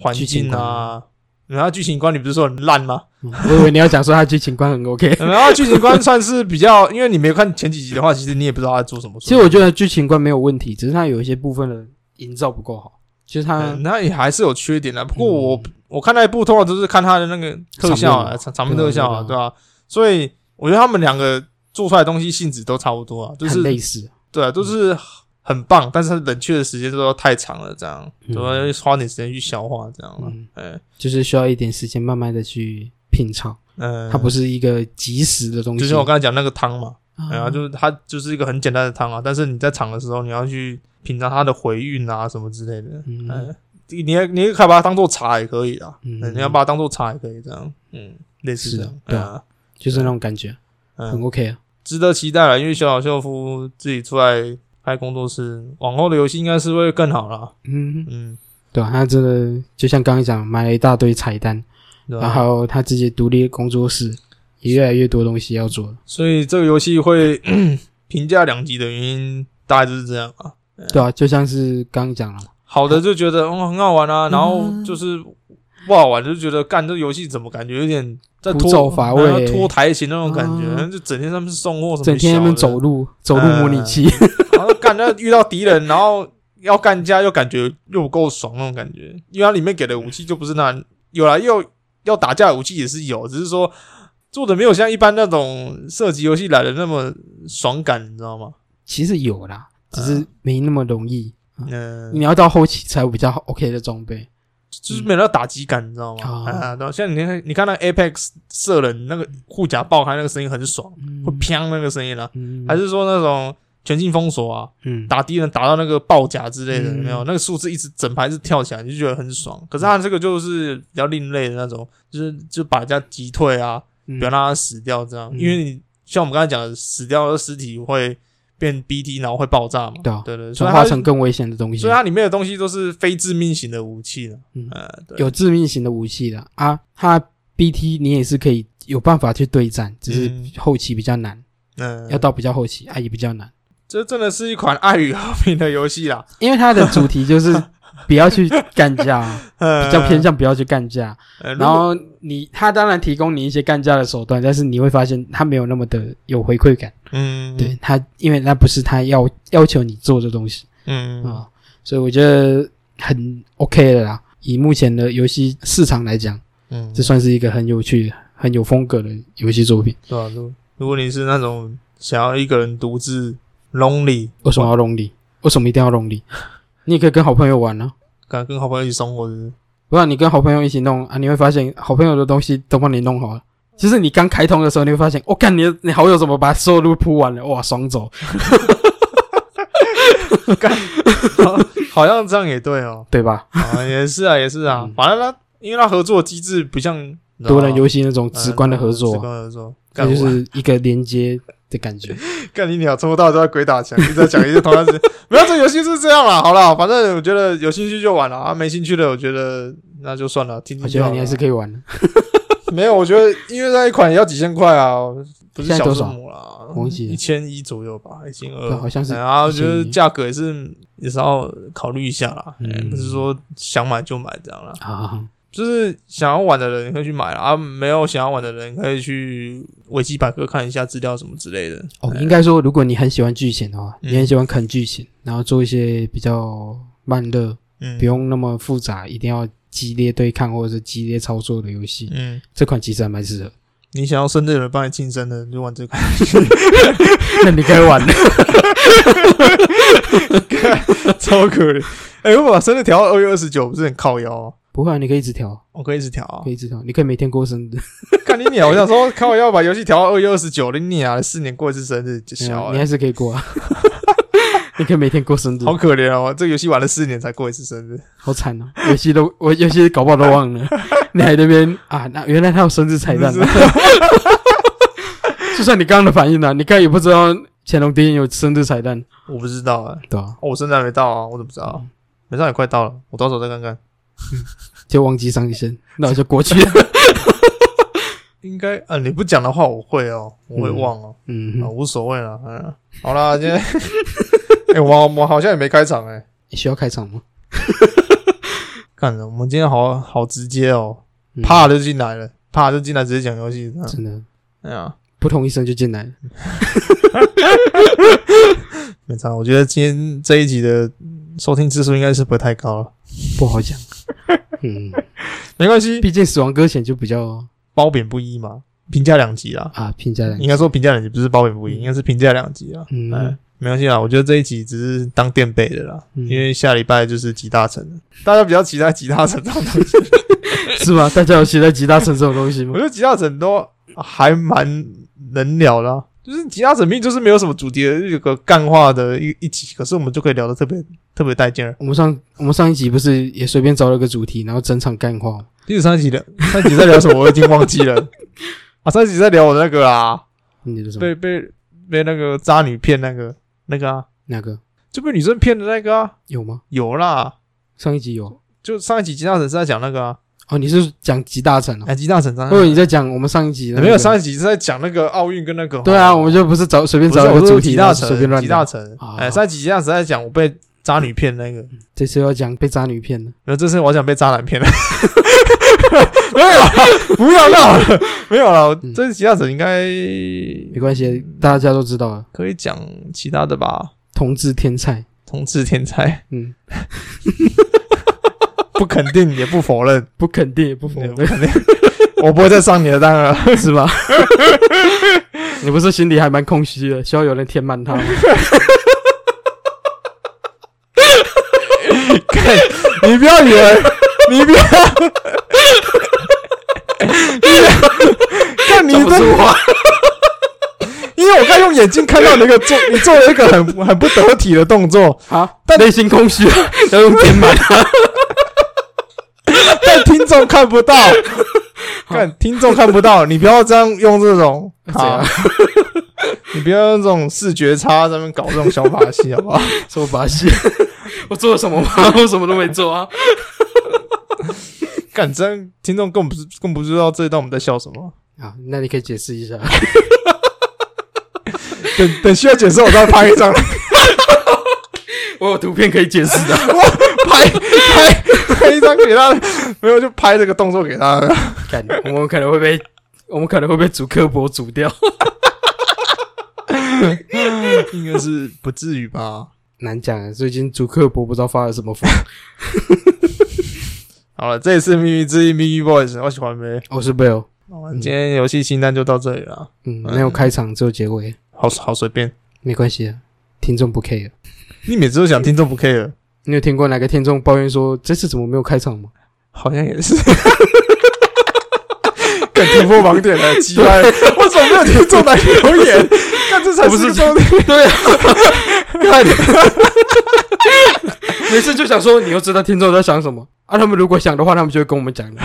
环境啊。然后剧情观你不是说很烂吗？
嗯 我以为你要讲说他剧情观很 OK，
然后剧情观算是比较，因为你没有看前几集的话，其实你也不知道他在做什么。
其实我觉得剧情观没有问题，只是他有一些部分的营造不够好，就是他
嗯，那也还是有缺点的。啊不过我、
嗯
我看那一部通常都是看他的那个特效啊，场场面特效啊，
对
对吧、所以我觉得他们两个做出来的东西性质都差不多啊，就
很
是
类似，
对啊，都是很棒，但是冷却的时间都太长了，这样，
嗯
对吧、啊要花点时间去消化这样了、
嗯
哎
就是需要一点时间慢慢的去品尝，
嗯，
它不
是，
是一个即时的东西。
就像我刚才讲那个汤嘛，
啊
然后、就是它就是一个很简单的汤啊，但是你在尝的时候，你要去品尝它的回韵啊什么之类的，
嗯
哎，你你你可以把它当做茶也可以啊，
嗯
嗯，你要把它当做茶也可以这样，嗯，类似这样
是，的
啊，
就是那种感觉，很
嗯，
OK 啊。
值得期待了，因为小岛秀夫自己出来开工作室，往后的游戏应该是会更好啦，
嗯，
嗯，
对啊，他真的就像刚刚讲，买了一大堆彩蛋，
对啊
然
吧？
后他自己独立的工作室也越来越多东西要做了，
所以这个游戏会 评价两极的原因大概就是这样啊，
对啊，就像是刚刚讲了嘛，
好的就觉得嗯很好玩啊，然后
嗯
就是不好玩就觉得干这游戏怎么感觉有点在
枯
拖
燥乏味
哎拖台前那种感觉，
啊
就整天他们送货什么，
整天他们走路走路模拟 器，
然后干那遇到敌人，然后要干架又感觉又不够爽那种感觉，因为它里面给的武器就不是那有啦，又要打架的武器也是有，只是说做的没有像一般那种射击游戏来的那么爽感，你知道吗？
其实有啦，只是没那么容易。
嗯、
啊你要到后期才有比较 OK 的装备。
就是没有那打击感，你知道吗？
啊
啊，然后像你看，你看那个 Apex 射人那个护甲爆开那个声音很爽，会
嗯
砰那个声音啦、
嗯
还是说那种全境封锁啊，
嗯，
打敌人打到那个爆甲之类的，有
嗯
没有？那个数字一直整排是跳起来，你就觉得很爽。可是他这个就是比较另类的那种，就是就把人家击退啊，
嗯
不要让他死掉这样，
嗯
因为你像我们刚才讲的，死掉的尸体会变 BT，然后会爆炸嘛。
对啊
对对，所以
转
它
化成更危险的东西
所以，它里面的东西都是非致命型的武器了。
嗯
呃，对，
有致命型的武器了啊。它 BT 你也是可以有办法去对战，只是
嗯
后期比较难，
嗯，
要到比较后期啊也比较难，
这真的是一款爱与和平的游戏啦，
因为它的主题 就是不要去干 架，
呃
比较偏。向不要去干架。
呃如
然
果
后你他当然提供你一些干架的手段，但是你会发现他没有那么的有回馈感。
嗯，
对，他，因为那不是他要要求你做的东西啊、
嗯，
所以我觉得很 OK 的啦。以目前的游戏市场来讲，
嗯，
这算是一个很有趣、很有风格的游戏作品。
对啊，如如果你是那种想要一个人独自 lonely，
为什么要弄力？为什么一定要弄力？你也可以跟好朋友玩啊，
跟跟好朋友一起生活是不 是
不然你跟好朋友一起弄啊，你会发现好朋友的东西都帮你弄好了。就是你刚开通的时候，你会发现，我、干你的你好友怎么把所有路铺完了？哇，爽走！
好像这样也对
，
哦
对吧？
啊，也是啊，也是啊
嗯，
反正他因为他合作机制不像你知道
多
吗
人游戏那种
呃
直观的合作
直
啊，
观合作，
那
干
就
我
是一个连接的感觉。
干你鸟，从头到尾都在鬼打墙，一直在讲一些同样的事。 没有，这游戏是这样啦，好啦，反正我觉得有兴趣就玩了啊，没兴趣的我觉得那就算了，听听
我觉
就
得
好
你还
了
是。可以玩的。啊
没有，我觉得因为那一款也要几千块啊，不
现
是
在
小
多
数
少
目啦，
我忘记了
一千一左右吧，一千二
对，啊好像是
哎然后觉得
1100
价格也是也是要考虑一下啦，
嗯
哎不是说想买就买这样啦，
啊，
就是想要玩的人可以去买啦，啊，没有想要玩的人可以去维基百科看一下资料什么之类的。哎
哦，应该说，如果你很喜欢剧情的话，
嗯
你很喜欢啃剧情，然后做一些比较慢热，
嗯，
不，用那么复杂，一定要激烈对抗或者是激烈操作的游戏，
嗯，
这款其实还蛮适合。
你想要深圳人帮你庆生的，你就玩这 款。
那你可以玩的，
超可怜。哎、我把生日调到二月二十九，不是很靠腰啊？
不会，啊，你可以一直调，
我可以一直调啊
可。以一直调，你可以每天过生日，
看你鸟，我想说，看我要把游戏调到二月二十九，你鸟四年过一次生日，就
没有
小
你
了
还。是可以过啊。 你可以每天过生日，
好可怜哦，这个游戏玩了四年才过一次生日。
好惨哦！有些都我有些搞不好都忘 了，你还在那边啊？那原来他有生日彩蛋
是
啊。就算你刚刚的反应呢、啊，你刚也不知道乾隆帝有生日彩蛋，
我不知道啊、
对吧、
哦我生日还没到啊，我怎么知道？
嗯
没事，也快到了，我到时候再看看。
就忘记上线，那我就过 去了。
应该啊，你不讲的话，我会哦，我会
嗯
忘哦，
嗯
啊，，无所谓了。嗯，好啦，今天， 哎、我我好像也没开场哎、
需要开场吗？
看着我们今天好好直接哦，
嗯
啪就进来了，啪就进来直接讲游戏。嗯
真的
哎呀，
扑通一声就进 来了。
没差，我觉得今天这一集的嗯收听次数应该是不会太高了，
不好讲。嗯，
没关系，
毕竟死亡搁浅就比较
褒贬不一嘛，评价两集啦，
啊评价两
应该说评价两集不是褒贬不一，
嗯
应该是评价两集啊，
嗯
哎没关系啦，我觉得这一集只是当垫背的啦，
嗯
因为下礼拜就是集大成了，大家比较期待集大成这种东西，
是吗？大家有期待吉他神这种东西
我
吗
觉？得集大成都还蛮能聊啦。就是集大成命就是没有什么主题的一个干话的一一集，可是我们就可以聊得特别特别带劲儿。
我们上我们上一集不是也随便找了个主题，然后整场干话吗
第十三集的上一集在聊什么，我已经忘记了。啊，上一集在聊我的那个啊，
你的什么
被被被那个渣女骗那个那个啊，
哪个
就被女生骗的那个啊，
有吗？
有啦。
上一集有
就上一集吉大神是在讲那个啊，
哦，你是讲吉大成哦？
哎，吉大神张
或者你在讲我们上一集的那个
没有上一集是在讲那个奥运跟那个。
对啊，我们就不是找随便
不是
找一
我
个
说
主题，
吉
然
大
后随便
成，
乱
吉大
聊。
成
啊，嗯
哎，上一集吉大神在讲我被渣女骗那个，
这次要讲被渣女骗了，
然后这次我想被渣男骗了。 没有啦，不要闹了，没有了。
嗯
这次吉大神应该
没关系，大家都知道了，
可以讲其他的吧？
同志天才。
同志天才，
嗯，
不肯定也不否认，
不肯定也不否
不
认，
肯定。我不会再上你的当了，
是吧？你不是心里还蛮空虚的，需要有人填满它 吗？
你不要以为，你不要，你不要，看你
这不
这
是我，
你因为我看用眼睛看到你那个做，你做了一个很不很不得体的动作，
好，但内心空虚，啊要用肩膀。
但啊听众看不到，看听众看不到，你不要这样用这种，
怎样
好，你不要用这种视觉差上面搞这种小把戏，好不好？
什么把戏？ 我做了什么吗？我什么都没做啊！
干，这样听众更不是更不知道这一段我们在笑什么。
啊，那你可以解释一下。
等等需要解释，我再拍一 张，
我有图片可以解释啊 的。
拍拍拍一张给他，没有就拍这个动作给 他。
看，我们可能会被，我们可能会被主刻薄煮掉。
应该是不至于吧？
难讲啊，最近主刻薄不知道发了什么疯。
好了，这也是秘密之一秘密 boys，我喜欢呗。
我哦是 Bill，
好了今天游戏清单就到这里了，
嗯，没有开场，只有结尾，
好好随便。
没关系啊，听众不 care。
你每次都想听众不 care，
你有听过哪个听众抱怨说这次怎么没有开场吗？
好像 也是。敢突破盲点了， 奇怪，为什么没有听众来留 言？看这才
我不是
是重 点。
对啊，看，每次就想说，你又知道听众在想什么啊？他们如果想的话，他们就会跟我们讲的。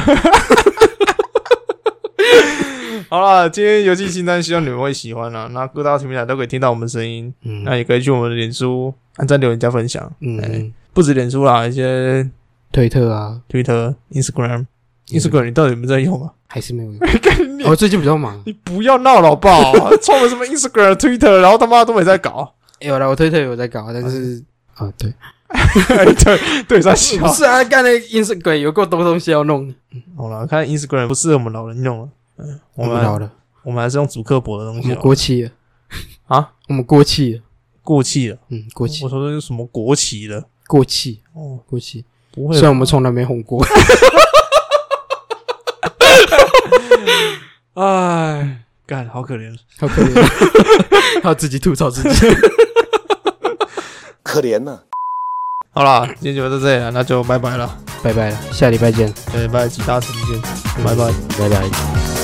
好了，今天游戏清单希望你们会喜欢啦、那各大平台都可以听到我们的声音，
嗯
那也可以去我们的脸书按赞、留言、加分享。哎
嗯，
不止脸书啦，一些
推特啊，
Twitter、Instagram、Instagram，你到底有没有在用啊？
还 是没有用。我、最近比较忙，
你不要闹了好不好？ 创了什么 Instagram、Twitter，然后他妈都没在搞。
哎有了，我推特有在搞，但是
哎
啊，对，
对对，在笑
不。是啊，干那 Instagram 有够多东西要弄，
好了，看 Instagram 不适合我们老人用了。嗯，我
我
们
们老了，
我们还是用主刻薄的东
我
西啊
们
好了
过气了
啊，
我们过气了，
过气了。
嗯，过气
我，说这是什么国旗了？
过气，
哦，
过气。
不会
虽
吧
然我们从来没红 过，
哎，干，好可怜。
好可怜，还要自己吐槽自己。
可怜呐、
好啦，今天就到这里了，那就拜拜了。
拜拜了，下礼拜见，
对，拜，其他时间，拜拜。
拜拜。
拜拜。